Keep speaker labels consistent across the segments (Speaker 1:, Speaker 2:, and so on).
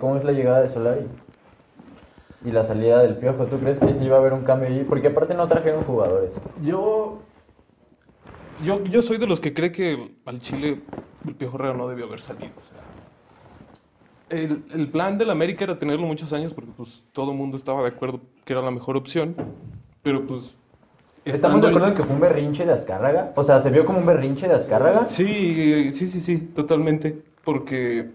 Speaker 1: ¿Cómo es la llegada de Solari? Y la salida del Piojo, ¿tú crees que sí va a haber un cambio ahí? Porque aparte no trajeron jugadores.
Speaker 2: Yo, yo, yo soy de los que cree que al Chile el Piojo Herrera no debió haber salido. o sea. el, el plan del América era tenerlo muchos años porque pues todo el mundo estaba de acuerdo que era la mejor opción, pero pues...
Speaker 1: ¿Estamos
Speaker 2: estando
Speaker 1: de
Speaker 2: el-
Speaker 1: acuerdo en que fue un berrinche de Azcárraga? O sea, ¿se vio como un berrinche de Azcárraga?
Speaker 2: Sí, sí, sí, sí, totalmente, porque...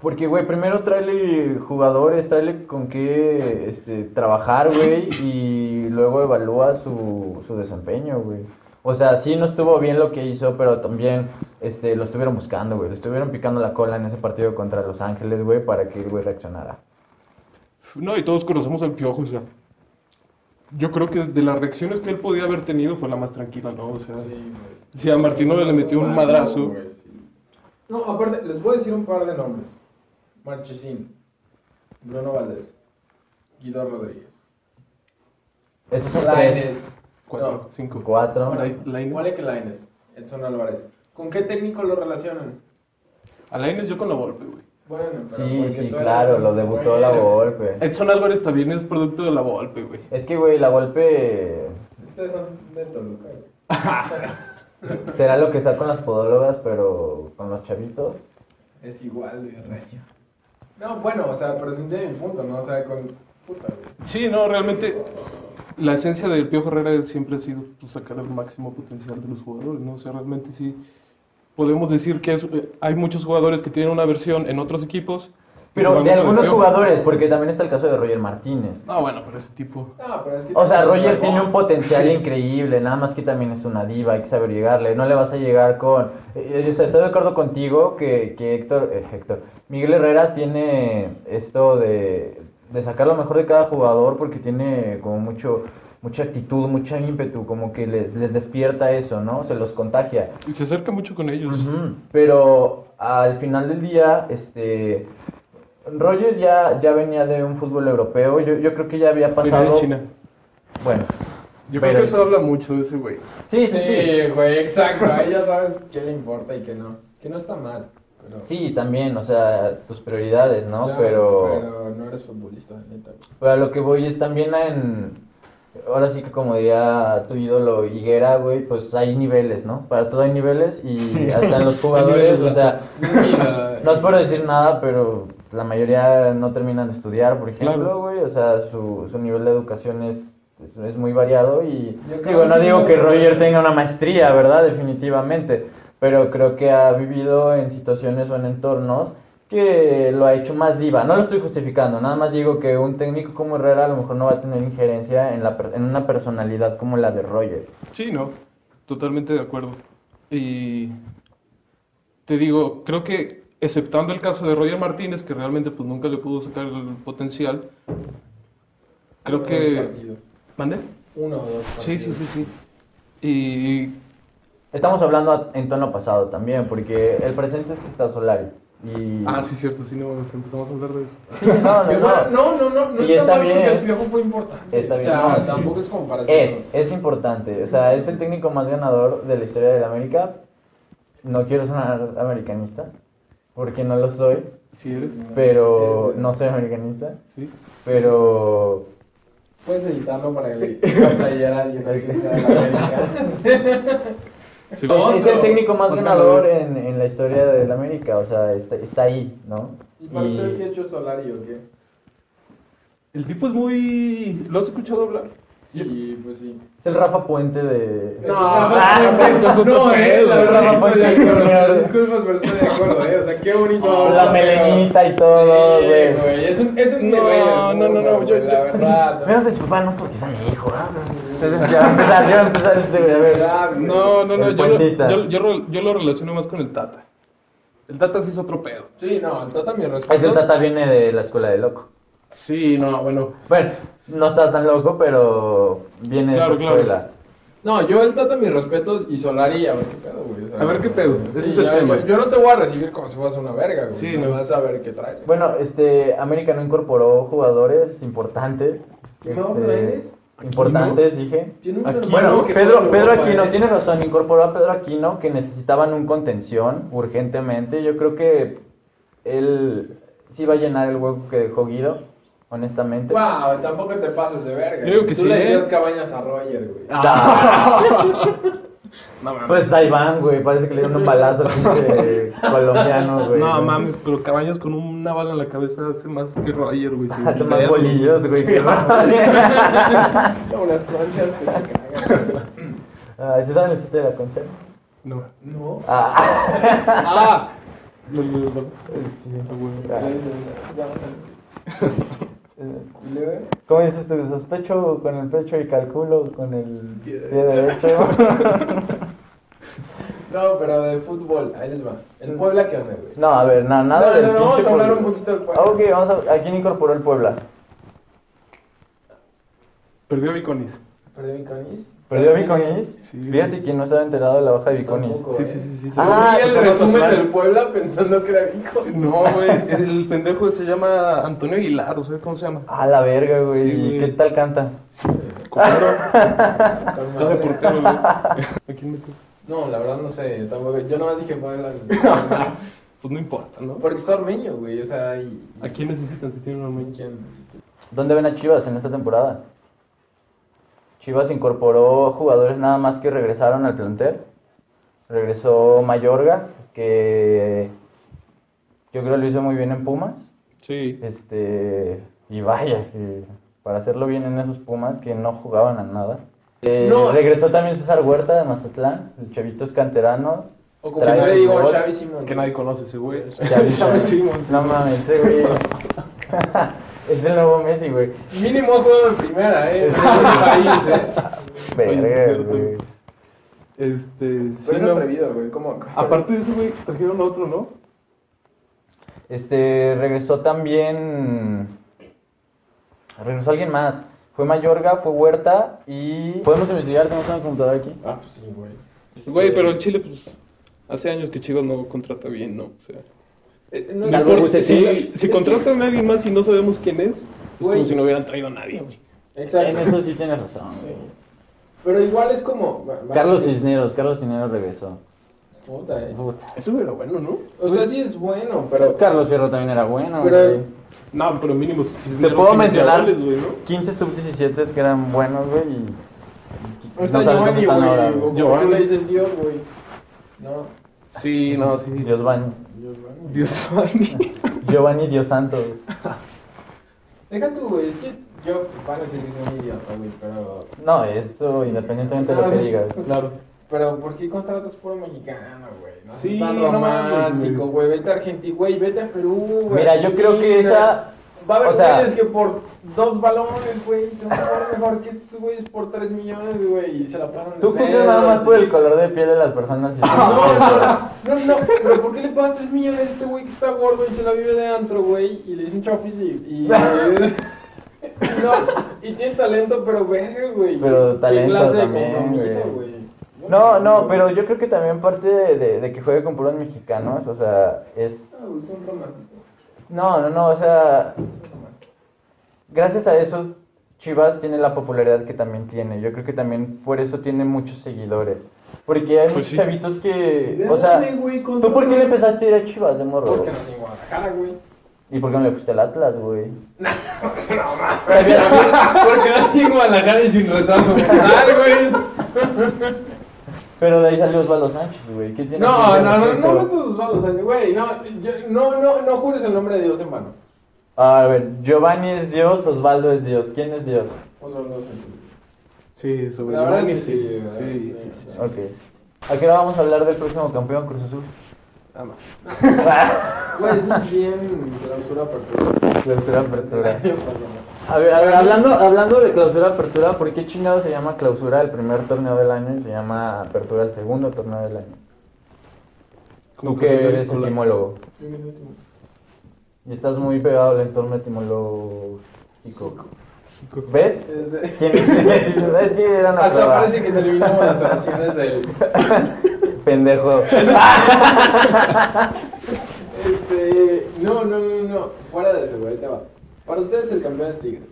Speaker 1: Porque, güey, primero tráele jugadores, tráele con qué este, trabajar, güey, y luego evalúa su, su desempeño, güey. O sea, sí no estuvo bien lo que hizo, pero también este, lo estuvieron buscando, güey. Le estuvieron picando la cola en ese partido contra Los Ángeles, güey, para que el güey reaccionara.
Speaker 2: No, y todos conocemos al Piojo, o sea. Yo creo que de las reacciones que él podía haber tenido fue la más tranquila, ¿no? O sea, si a Martino le metió un madrazo.
Speaker 3: güey, sí. No, aparte, les voy a decir un par de nombres. Marchesín, Bruno Valdés, Guido Rodríguez.
Speaker 1: Esos son tres.
Speaker 3: Lainez.
Speaker 2: Cuatro,
Speaker 3: No.
Speaker 2: cinco.
Speaker 1: Cuatro.
Speaker 2: Lai- Lainez.
Speaker 3: Ponle que Lainez, Edson Álvarez. ¿Con qué técnico lo relacionan?
Speaker 2: A Lainez yo con la golpe, güey.
Speaker 3: Bueno, pero
Speaker 1: Sí,
Speaker 3: porque
Speaker 1: sí,
Speaker 3: tú eres
Speaker 1: claro,
Speaker 3: un-
Speaker 1: lo debutó
Speaker 3: Bueno,
Speaker 1: la golpe.
Speaker 2: Edson Álvarez también es producto de la golpe, güey.
Speaker 1: Es que, güey, la golpe
Speaker 3: Ustedes son de Toluca, güey.
Speaker 1: será lo que sea con las podólogas, pero con los chavitos.
Speaker 3: Es igual de recio. No, bueno, o sea, pero se entiende mi punto, ¿no? O sea, con... Puta, güey.
Speaker 2: Sí, no, realmente la esencia del Piojo Herrera siempre ha sido pues, sacar el máximo potencial de los jugadores, ¿no? O sea, realmente sí podemos decir que es- eh, hay muchos jugadores que tienen una versión en otros equipos.
Speaker 1: Pero de
Speaker 2: jugando con el
Speaker 1: algunos
Speaker 2: Piojo.
Speaker 1: jugadores, porque también está el caso de Roger Martínez.
Speaker 2: Ah, bueno, pero ese tipo.
Speaker 3: No, pero es que...
Speaker 1: O sea, Roger tiene un potencial
Speaker 2: Sí.
Speaker 1: increíble, nada más que también es una diva, hay que saber llegarle, no le vas a llegar con... eh, eh, o sea, estoy de acuerdo contigo que, que Héctor, eh, Héctor, Miguel Herrera tiene esto de, de sacar lo mejor de cada jugador porque tiene como mucho, mucha actitud, mucha ímpetu, como que les, les despierta eso, ¿no? Se los contagia.
Speaker 2: Y se acerca mucho con ellos.
Speaker 1: Ujú, Pero al final del día, este. Roger ya, ya venía de un fútbol europeo. Yo, yo creo que ya había
Speaker 2: Venía
Speaker 1: pasado.
Speaker 2: de China.
Speaker 1: Bueno.
Speaker 2: Yo
Speaker 1: pero-
Speaker 2: creo que eso habla mucho de ese güey.
Speaker 1: Sí, sí,
Speaker 3: Sí,
Speaker 1: sí.
Speaker 3: güey, exacto. Ahí ya sabes qué le importa y qué no. Que no está mal. Pero,
Speaker 1: Sí, también, o sea, tus prioridades, ¿no?
Speaker 3: Claro,
Speaker 1: pero, pero.
Speaker 3: pero no eres futbolista, neta. güey.
Speaker 1: a lo que voy es también en. Ahora sí que como diría tu ídolo Higuera, güey, pues hay niveles, ¿no? Para todo hay niveles y hasta en los jugadores, o
Speaker 2: niveles,
Speaker 1: sea,
Speaker 3: Sí, la-
Speaker 1: No es por decir nada, pero la mayoría no terminan de estudiar, por ejemplo,
Speaker 2: Claro.
Speaker 1: güey. O sea, su, su nivel de educación es, es, es muy variado y
Speaker 3: Yo creo
Speaker 1: digo,
Speaker 3: que
Speaker 1: no
Speaker 3: sí,
Speaker 1: digo
Speaker 3: yo-
Speaker 1: que Roger tenga una maestría, ¿verdad? Definitivamente. Pero creo que ha vivido en situaciones o en entornos que lo ha hecho más diva. No lo estoy justificando, nada más digo que un técnico como Herrera a lo mejor no va a tener injerencia en, la, per- en una personalidad como la de Roger.
Speaker 2: Sí, no, totalmente de acuerdo. Y te digo, creo que exceptando el caso de Roger Martínez, que realmente pues nunca le pudo sacar el potencial, creo
Speaker 3: Dos
Speaker 2: que...
Speaker 3: partidos.
Speaker 2: ¿Mande?
Speaker 3: Uno o dos.
Speaker 2: Sí, sí,
Speaker 3: partidos.
Speaker 2: sí, sí. Y
Speaker 1: Estamos hablando a- en tono pasado también, porque el presente es que está Solari. Y...
Speaker 2: Ah, sí, cierto, sí, no, pues, empezamos a hablar de eso.
Speaker 1: Sí, no, no,
Speaker 3: Que
Speaker 1: no.
Speaker 3: bueno, No, no, no, no
Speaker 1: Y
Speaker 3: está
Speaker 1: está
Speaker 3: mal porque
Speaker 1: bien.
Speaker 3: el piojo fue importante.
Speaker 1: Está bien. Ah,
Speaker 3: O sea,
Speaker 2: Sí, sí, sí.
Speaker 3: tampoco es comparación.
Speaker 1: Es, es importante. O sea, es el técnico más ganador de la historia de la América. No quiero sonar americanista, porque no lo soy,
Speaker 2: ¿Sí eres?
Speaker 1: pero
Speaker 3: Sí, sí.
Speaker 1: no soy americanista.
Speaker 2: Sí.
Speaker 1: Pero
Speaker 3: Puedes editarlo para que la playera de United sea de la América.
Speaker 2: Sí.
Speaker 3: No,
Speaker 1: es el
Speaker 3: Otro.
Speaker 1: técnico más
Speaker 2: Otro
Speaker 1: ganador en,
Speaker 2: ganador.
Speaker 1: en la historia de la América. O sea, está, está ahí, ¿no?
Speaker 3: ¿Y para
Speaker 1: Y-
Speaker 3: ustedes qué ha hecho Solari o qué?
Speaker 2: El tipo es muy... ¿Lo has escuchado hablar?
Speaker 3: Sí, pues sí.
Speaker 1: es el Rafa Puente de...
Speaker 3: No,
Speaker 2: Ah, perfecto, es otro
Speaker 3: no, eh,
Speaker 2: pedo,
Speaker 3: la verdad,
Speaker 1: Rafa
Speaker 3: no estoy de
Speaker 1: Puente,
Speaker 3: acuerdo.
Speaker 1: mierda.
Speaker 3: Disculpas, pero estoy de acuerdo, eh. O sea, qué bonito.
Speaker 1: Oh,
Speaker 3: habla,
Speaker 1: la
Speaker 3: pero-
Speaker 1: melenita y todo,
Speaker 3: Sí,
Speaker 1: güey.
Speaker 3: Es un, es un
Speaker 2: No,
Speaker 3: nivel del
Speaker 2: no, no,
Speaker 3: mundo,
Speaker 2: no, yo-
Speaker 3: güey, La
Speaker 2: yo-
Speaker 3: verdad.
Speaker 1: Me vas a decir, papá, no, porque es a mi hijo. ah". Ya va a empezar, ya va a empezar este, güey, a ver.
Speaker 3: Ya, güey.
Speaker 2: No, no, no,
Speaker 1: El
Speaker 2: yo lo,
Speaker 1: puentista.
Speaker 2: yo- yo lo- yo lo relaciono más con el Tata. El Tata sí es otro pedo.
Speaker 3: Sí, no, el Tata, mi respeto.
Speaker 1: Ese tata viene de la escuela de loco.
Speaker 2: Sí, no, bueno.
Speaker 1: Bueno, no está tan loco, pero viene
Speaker 2: Claro,
Speaker 1: de esa
Speaker 2: claro.
Speaker 1: escuela.
Speaker 3: No, yo el Tata mis respetos y Solari a ver qué pedo, güey. o sea,
Speaker 2: A ver qué pedo,
Speaker 3: sí,
Speaker 2: ese es el
Speaker 3: ya,
Speaker 2: tema.
Speaker 3: Yo, yo no te voy a recibir como si fueras una verga, güey.
Speaker 2: Sí,
Speaker 3: Sí, no.
Speaker 2: no.
Speaker 3: Vas a ver qué traes. güey.
Speaker 1: Bueno, este, América no incorporó jugadores importantes.
Speaker 3: No,
Speaker 1: este,
Speaker 3: Reyes.
Speaker 1: Importantes, dije.
Speaker 3: Tiene un
Speaker 2: Aquino,
Speaker 3: hermano
Speaker 1: Bueno,
Speaker 3: que
Speaker 1: Pedro,
Speaker 3: juega en
Speaker 1: Pedro
Speaker 3: Europa,
Speaker 1: Aquino,
Speaker 3: eh.
Speaker 1: tiene razón, incorporó a Pedro Aquino, que necesitaban un contención urgentemente. Yo creo que él sí va a llenar el hueco que dejó Guido, honestamente.
Speaker 3: Wow, tampoco te pases de verga.
Speaker 2: Yo digo
Speaker 3: güey.
Speaker 2: que
Speaker 3: Tú
Speaker 2: sí,
Speaker 3: le
Speaker 2: ¿eh?
Speaker 3: decías cabañas a Roger, güey.
Speaker 2: No mames.
Speaker 1: Pues ahí van, güey, parece que le dieron un balazo al pinche colombiano, güey.
Speaker 2: no mames, pero cabañas con una bala en la cabeza hace más que Roger, güey. sin
Speaker 1: Hace
Speaker 2: pedo.
Speaker 1: más Ah, bolillos, güey.
Speaker 2: Sí,
Speaker 1: que
Speaker 2: no.
Speaker 3: Unas conchas pues, que te cagan.
Speaker 1: Ah, ¿Sí saben el chiste de la concha?
Speaker 2: No.
Speaker 3: No.
Speaker 1: Ah,
Speaker 3: Ah.
Speaker 2: Los- los- los-
Speaker 1: sí.
Speaker 2: Ah, güey.
Speaker 1: Ah.
Speaker 3: ¿Y luego?
Speaker 1: ¿Cómo dices tú? Sospecho con el pecho y calculo con el pie
Speaker 3: Pie
Speaker 1: derecho.
Speaker 3: No, pero de fútbol, ahí les va. El Puebla, ¿qué onda, güey?
Speaker 1: No, a ver, na- nada
Speaker 3: No,
Speaker 1: del
Speaker 3: no, no,
Speaker 1: pinche
Speaker 3: vamos a hablar
Speaker 1: Puebla.
Speaker 3: un poquito del Puebla.
Speaker 1: Ah, Ok, vamos a... ¿A quién incorporó el Puebla?
Speaker 2: Perdió a Viconis.
Speaker 3: ¿Perdió Viconis?
Speaker 1: ¿Perdió a Viconis?
Speaker 2: Sí.
Speaker 1: Fíjate que no se ha enterado de la baja de Viconis.
Speaker 3: Eh, Tampoco.
Speaker 2: Sí, sí, sí, sí. sí.
Speaker 1: Ah,
Speaker 3: Ah, el
Speaker 1: se fue
Speaker 3: resumen
Speaker 1: con
Speaker 3: del Puebla pensando que era Viconis.
Speaker 2: No, güey. El pendejo se llama Antonio Aguilar, o sea, ¿cómo se llama?
Speaker 1: A la verga, güey.
Speaker 2: Sí,
Speaker 1: ¿Y
Speaker 2: güey.
Speaker 1: ¿Qué tal canta?
Speaker 2: Culero.
Speaker 3: Con
Speaker 2: Está de
Speaker 3: madre.
Speaker 2: portero, güey. ¿A quién metió?
Speaker 3: No, la verdad no sé, tampoco. Yo nomás dije Puebla.
Speaker 2: Pues no importa, ¿no?
Speaker 3: Porque está Ormeño, güey, o sea, y...
Speaker 2: ¿A quién necesitan si tienen una
Speaker 3: ¿Quién?
Speaker 2: mancha?
Speaker 1: ¿Dónde ven a Chivas en esta temporada? Chivas incorporó jugadores nada más que regresaron al plantel. Regresó Mayorga, que yo creo lo hizo muy bien en Pumas.
Speaker 2: Sí.
Speaker 1: Este, y vaya, que para hacerlo bien en esos Pumas que no jugaban a nada. Eh,
Speaker 3: No.
Speaker 1: Regresó también César Huerta de Mazatlán, el chavito es canterano.
Speaker 3: O como
Speaker 1: Trae
Speaker 3: yo le
Speaker 1: el
Speaker 3: digo,
Speaker 1: gol.
Speaker 3: Xavi Simón.
Speaker 2: Que nadie conoce ese güey.
Speaker 1: Xavi
Speaker 2: Xavi Simón, sí.
Speaker 1: No mames, ese güey. es el nuevo Messi, güey.
Speaker 3: Mínimo ha jugado en primera, eh. En país, eh.
Speaker 2: Oye, sí es
Speaker 1: Verga,
Speaker 2: cierto.
Speaker 1: güey.
Speaker 2: Este, sí,
Speaker 3: Pero es
Speaker 2: no.
Speaker 3: atrevido, güey, ¿cómo?
Speaker 2: Aparte de eso, güey, trajeron a otro, ¿no?
Speaker 1: Este, regresó también. Regresó alguien más. Fue Mayorga, fue Huerta y. Podemos investigar, tenemos una computadora aquí.
Speaker 3: Ah, pues sí, güey.
Speaker 2: Este, Güey, pero en Chile, pues, hace años que Chivas no contrata bien, ¿no? O sea,
Speaker 3: Eh, no
Speaker 1: Y
Speaker 3: es-
Speaker 1: por-
Speaker 3: Porque
Speaker 1: sí,
Speaker 3: sí,
Speaker 2: si,
Speaker 3: es
Speaker 2: si
Speaker 3: que-
Speaker 2: contratan a alguien más y no sabemos quién es, es
Speaker 3: Güey.
Speaker 2: como si no hubieran traído a nadie, güey.
Speaker 1: En
Speaker 3: Exacto.
Speaker 1: eso sí tienes razón, güey.
Speaker 3: Pero igual es como. va- va- eh,
Speaker 1: Carlos Cisneros, Carlos Cisneros regresó.
Speaker 3: Puta, eh.
Speaker 1: Puta.
Speaker 2: Eso era bueno, ¿no?
Speaker 3: O sea, sí es bueno, pero.
Speaker 1: Carlos Fierro también era bueno,
Speaker 3: Pero-
Speaker 1: güey.
Speaker 2: No, pero mínimo. si-
Speaker 1: Te puedo
Speaker 2: si
Speaker 1: mencionar
Speaker 2: goles, güey, ¿no?
Speaker 1: 15 sub-17 que eran buenos, güey. y- y
Speaker 3: Está
Speaker 1: no sabes dónde
Speaker 3: Giovanni,
Speaker 1: están
Speaker 3: güey.
Speaker 1: ahora,
Speaker 3: o como
Speaker 1: güey.
Speaker 3: Tú
Speaker 2: Giovanni.
Speaker 3: le dices Dios, güey. No,
Speaker 2: Sí, no, sí.
Speaker 1: Dios van.
Speaker 3: Dios, bueno.
Speaker 2: Dios Giovanni.
Speaker 1: Giovanni Dios Santos.
Speaker 3: Deja tú, güey. Es que yo. Van a decir que soy un idiota, güey, pero.
Speaker 1: No, eso independientemente de lo
Speaker 3: Ah.
Speaker 1: que digas.
Speaker 2: Claro.
Speaker 3: Pero, ¿por qué contratas puro mexicano, güey? No
Speaker 2: Sí,
Speaker 3: seas tan
Speaker 2: no mames,
Speaker 3: romántico, güey. Vete a Argentina, güey. Vete a Perú, güey.
Speaker 1: Mira, yo creo que
Speaker 3: Argentina.
Speaker 1: esa-
Speaker 3: Va a haber
Speaker 1: o sea-
Speaker 3: güeyes que por dos balones, güey. Te van a pagar mejor que estos güeyes por tres millones, güey. Y se la pasan de
Speaker 1: Tú juzgas
Speaker 3: pedo,
Speaker 1: nada más por
Speaker 3: así.
Speaker 1: el color de piel de las personas. y-
Speaker 3: No, no, no, no, no, pero ¿por qué le pagas 3 millones a este güey que está gordo y se la vive de antro, güey? Y le dicen chofis y. y, y no, y tiene talento, pero verga, güey.
Speaker 1: Pero
Speaker 3: ¿Qué
Speaker 1: talento
Speaker 3: clase
Speaker 1: también,
Speaker 3: de compromiso,
Speaker 1: güey.
Speaker 3: güey?
Speaker 1: No, no, pero yo creo que también parte de, de- de que juegue con puros mexicanos, o sea, es...
Speaker 3: Ah, güey, Es un romántico.
Speaker 1: No, no, no, o sea, gracias a eso Chivas tiene la popularidad que también tiene. Yo creo que también por eso tiene muchos seguidores. Porque hay
Speaker 2: Pues
Speaker 1: muchos
Speaker 2: sí.
Speaker 1: chavitos que...
Speaker 3: Ve,
Speaker 1: O sea,
Speaker 3: dale, güey, con
Speaker 1: ¿tú por
Speaker 3: todo.
Speaker 1: qué le empezaste a ir a Chivas de morro?
Speaker 3: Porque nací en Guadalajara, güey.
Speaker 1: ¿Y por qué no le fuiste al Atlas, güey?
Speaker 3: Porque nací en Guadalajara y sin retraso mental, güey.
Speaker 1: Pero de ahí salió Osvaldo Sánchez, güey. ¿Qué tiene que
Speaker 3: No,
Speaker 1: ver
Speaker 3: no, no,
Speaker 1: respecto?
Speaker 3: no metas tus manos, Andy, güey. No, yo- no, no, no jures el nombre de Dios en vano.
Speaker 1: A ver, Giovanni es Dios, Osvaldo es Dios. ¿Quién es Dios?
Speaker 3: O sea, no sé.
Speaker 2: Sí, sobre
Speaker 3: La verdad
Speaker 2: Giovanni,
Speaker 3: es que sí, la verdad
Speaker 2: Sí,
Speaker 3: es
Speaker 2: sí,
Speaker 3: que
Speaker 2: sí.
Speaker 3: sí.
Speaker 2: sí,
Speaker 1: Ok.
Speaker 2: sí.
Speaker 1: ¿A qué hora vamos a hablar del próximo campeón Cruz Azul?
Speaker 2: Nada más.
Speaker 3: Güey, es bien clausura apertura.
Speaker 1: Clausura Apertura.
Speaker 3: Año pasado.
Speaker 1: A ver, a ver, hablando, hablando de clausura Apertura, ¿por qué chingado se llama clausura el primer torneo del año y se llama apertura el segundo torneo del año? Tú que
Speaker 2: comentario
Speaker 1: eres
Speaker 2: escolar.
Speaker 1: etimólogo y estás muy pegado al entorno etimológico. ¿Ves?
Speaker 3: Este,
Speaker 1: ¿Quién es? Es que era una
Speaker 3: Hasta
Speaker 1: prueba.
Speaker 3: Ah, parece que terminamos las oraciones del.
Speaker 1: Pendejo.
Speaker 3: Este, no, no, no, no. Fuera de eso, güey. Ahí te va. Para ustedes el campeón es Tigres.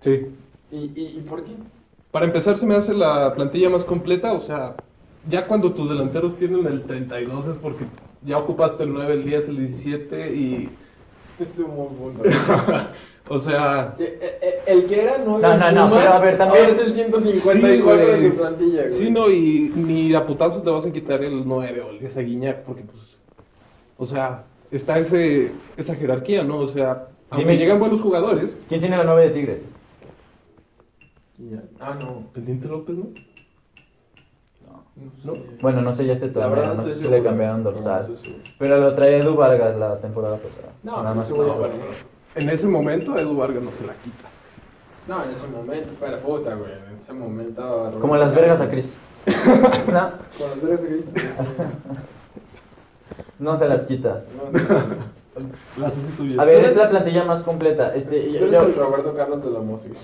Speaker 2: Sí.
Speaker 3: ¿Y, y, ¿Y por qué?
Speaker 2: Para empezar, se me hace la plantilla más completa. O sea, ya cuando tus delanteros tienen el 32 es porque ya ocupaste el 9, el 10, el 17 y
Speaker 3: Es un buen punto.
Speaker 2: o sea,
Speaker 3: Sí, eh, eh, El que era no
Speaker 1: No, no, no, pero a ver, también-
Speaker 3: Ahora es el
Speaker 2: Sí,
Speaker 3: 154
Speaker 2: güey.
Speaker 3: de tu plantilla, güey.
Speaker 2: sí, no, y ni a putazos te vas a quitar el 9 o el 10 a Guiñac, porque pues, o sea, está ese, esa jerarquía, ¿no? O sea, aunque
Speaker 1: Dime-
Speaker 2: llegan buenos jugadores,
Speaker 1: ¿Quién tiene la 9 de Tigres?
Speaker 3: Ah, no.
Speaker 2: ¿el Diente López, no?
Speaker 3: No.
Speaker 1: Bueno, no sé, ya este
Speaker 3: La
Speaker 1: torneo,
Speaker 3: verdad
Speaker 1: no
Speaker 3: estoy
Speaker 1: sé si
Speaker 3: seguro.
Speaker 1: le cambiaron dorsal.
Speaker 3: No, estoy seguro.
Speaker 1: Pero lo trae Edu Vargas la temporada pasada.
Speaker 3: No,
Speaker 1: Nada más.
Speaker 3: estoy seguro,
Speaker 1: No.
Speaker 3: bueno,
Speaker 2: En ese momento a Edu Vargas no se la quitas.
Speaker 3: No, en ese momento, pero puta, güey. En ese momento.
Speaker 1: Como las vergas a Chris. no,
Speaker 3: Como las vergas a Cris.
Speaker 1: no se las quitas.
Speaker 3: No, no, no.
Speaker 2: Las hace suyas.
Speaker 1: A ver, es la plantilla más completa. Este,
Speaker 3: Tú
Speaker 1: yo-
Speaker 3: eres
Speaker 1: yo-
Speaker 3: el Roberto Carlos de la música.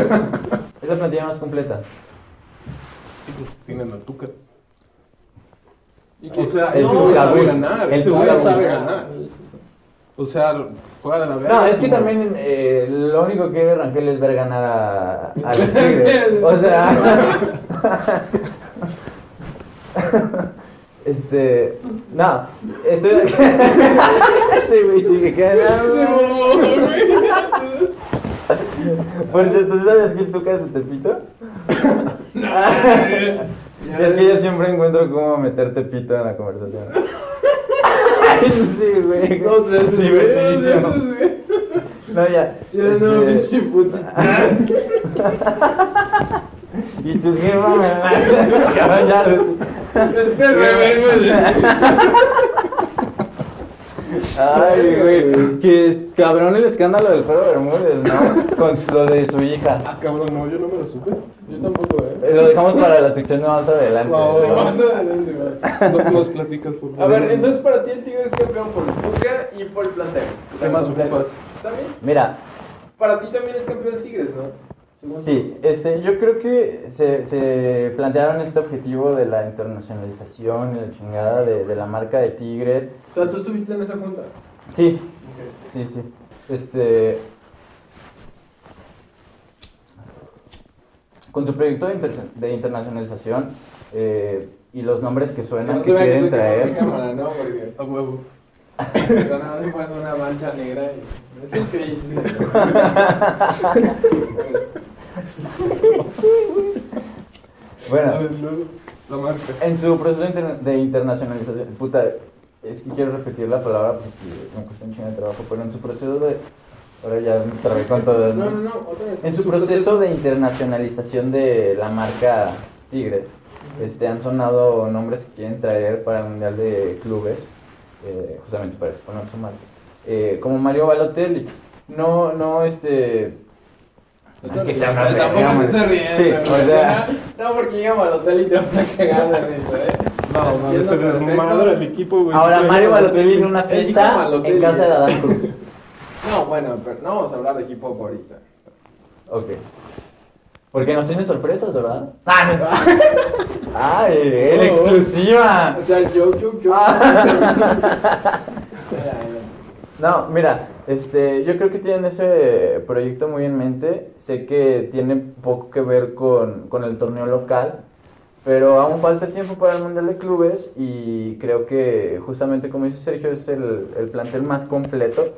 Speaker 1: es la plantilla más completa.
Speaker 2: Y, pues, tienen al Tuca.
Speaker 3: Y
Speaker 2: O sea,
Speaker 1: El
Speaker 2: no,
Speaker 1: Tuca,
Speaker 2: sabe
Speaker 1: güey.
Speaker 2: ganar,
Speaker 1: El
Speaker 2: ese
Speaker 1: Tuca,
Speaker 2: güey
Speaker 1: güey.
Speaker 2: sabe ganar. O sea, juega de la verga.
Speaker 1: No, es que
Speaker 2: su-
Speaker 1: también eh, lo único que quiere Rangel es ver ganar a, a los Tigres. O sea. este. No, estoy. sí, güey, sí, que queda. Por cierto, ¿sabes que tú caes de Tepito? es que yo siempre encuentro cómo meter Tepito en la conversación. sí, güey.
Speaker 3: Otra vez,
Speaker 1: Divertidísimo.
Speaker 3: güey.
Speaker 1: No, ya.
Speaker 3: Sí, no,
Speaker 1: este,
Speaker 3: pinche puta.
Speaker 1: Y tu jefa me mata. Cabrón, ya, güey.
Speaker 3: Este rebelde.
Speaker 1: Ay, güey. Que es- cabrón el escándalo del perro Bermúdez, ¿no? Con lo de su hija.
Speaker 2: Ah, cabrón, no, yo no me lo supe.
Speaker 3: Yo tampoco, eh.
Speaker 1: Eh, Lo dejamos para la sección de más adelante.
Speaker 2: No.
Speaker 3: Te mando adelante, güey.
Speaker 2: No nos platicas, por favor.
Speaker 3: A ver, entonces para ti el Tigre es campeón por el Tuca y por el plantel.
Speaker 2: ¿Qué más
Speaker 3: Completo.
Speaker 2: ocupas?
Speaker 3: También.
Speaker 1: Mira,
Speaker 3: Para ti también es campeón el Tigres, ¿no? Según
Speaker 1: sí, este, yo creo que se, se plantearon este objetivo de la internacionalización y la chingada de, de la marca de Tigres.
Speaker 3: tú. O sea, tú estuviste en esa junta.
Speaker 1: Sí, sí, sí. Este. Con tu proyecto de, inter- de internacionalización eh, y los nombres que
Speaker 3: Que
Speaker 1: suenan
Speaker 3: No
Speaker 1: que
Speaker 3: se vea que
Speaker 1: quieren
Speaker 3: estoy con la
Speaker 1: traer.
Speaker 3: cámara, ¿no? Porque
Speaker 2: A huevo.
Speaker 3: pero nada más pasa una mancha negra y... Es increíble.
Speaker 1: Bueno.
Speaker 2: A ver, luego, la marca.
Speaker 1: En su proceso de, interna- de internacionalización, puta, es que quiero repetir la palabra porque me cuesta un chingo de trabajo, pero en su proceso de. Ahora ya me trabé con todo. ¿no?
Speaker 3: No, no, no, otra vez.
Speaker 1: En su proceso de internacionalización de la marca Tigres, este, han sonado nombres que quieren traer para el Mundial de Clubes, eh, justamente para exponer su marca, eh, como Mario Balotelli. No, no, este.
Speaker 3: No
Speaker 1: Es que
Speaker 3: te
Speaker 1: está mal,
Speaker 3: rías, o sea, Tampoco
Speaker 1: digamos.
Speaker 3: te estás riendo.
Speaker 1: Sí,
Speaker 3: güey.
Speaker 1: o sea.
Speaker 3: No, porque llegamos al hotel y te vas a cagar de risa, ¿eh?
Speaker 2: No,
Speaker 3: mames,
Speaker 2: se desmadra el equipo, güey.
Speaker 1: Ahora,
Speaker 2: Sí,
Speaker 1: Mario
Speaker 2: güey,
Speaker 1: Balotelli en una
Speaker 3: Él dijo
Speaker 1: fiesta en
Speaker 3: Balotelli.
Speaker 1: casa de Adán Cruz.
Speaker 3: No, bueno, pero no vamos a hablar de equipo ahorita.
Speaker 1: Ok. Porque nos tiene sorpresas, ¿verdad? ¡Ah! no. Oh, ¡Ay! ¡En exclusiva!
Speaker 3: O sea, yo, yo, yo.
Speaker 1: Ah.
Speaker 3: Mira, mira.
Speaker 1: No, mira, este, yo creo que tienen ese proyecto muy en mente. Sé que tiene poco que ver con, con el torneo local, pero aún falta tiempo para el Mundial de Clubes y creo que justamente como dice Sergio es el, el plantel más completo.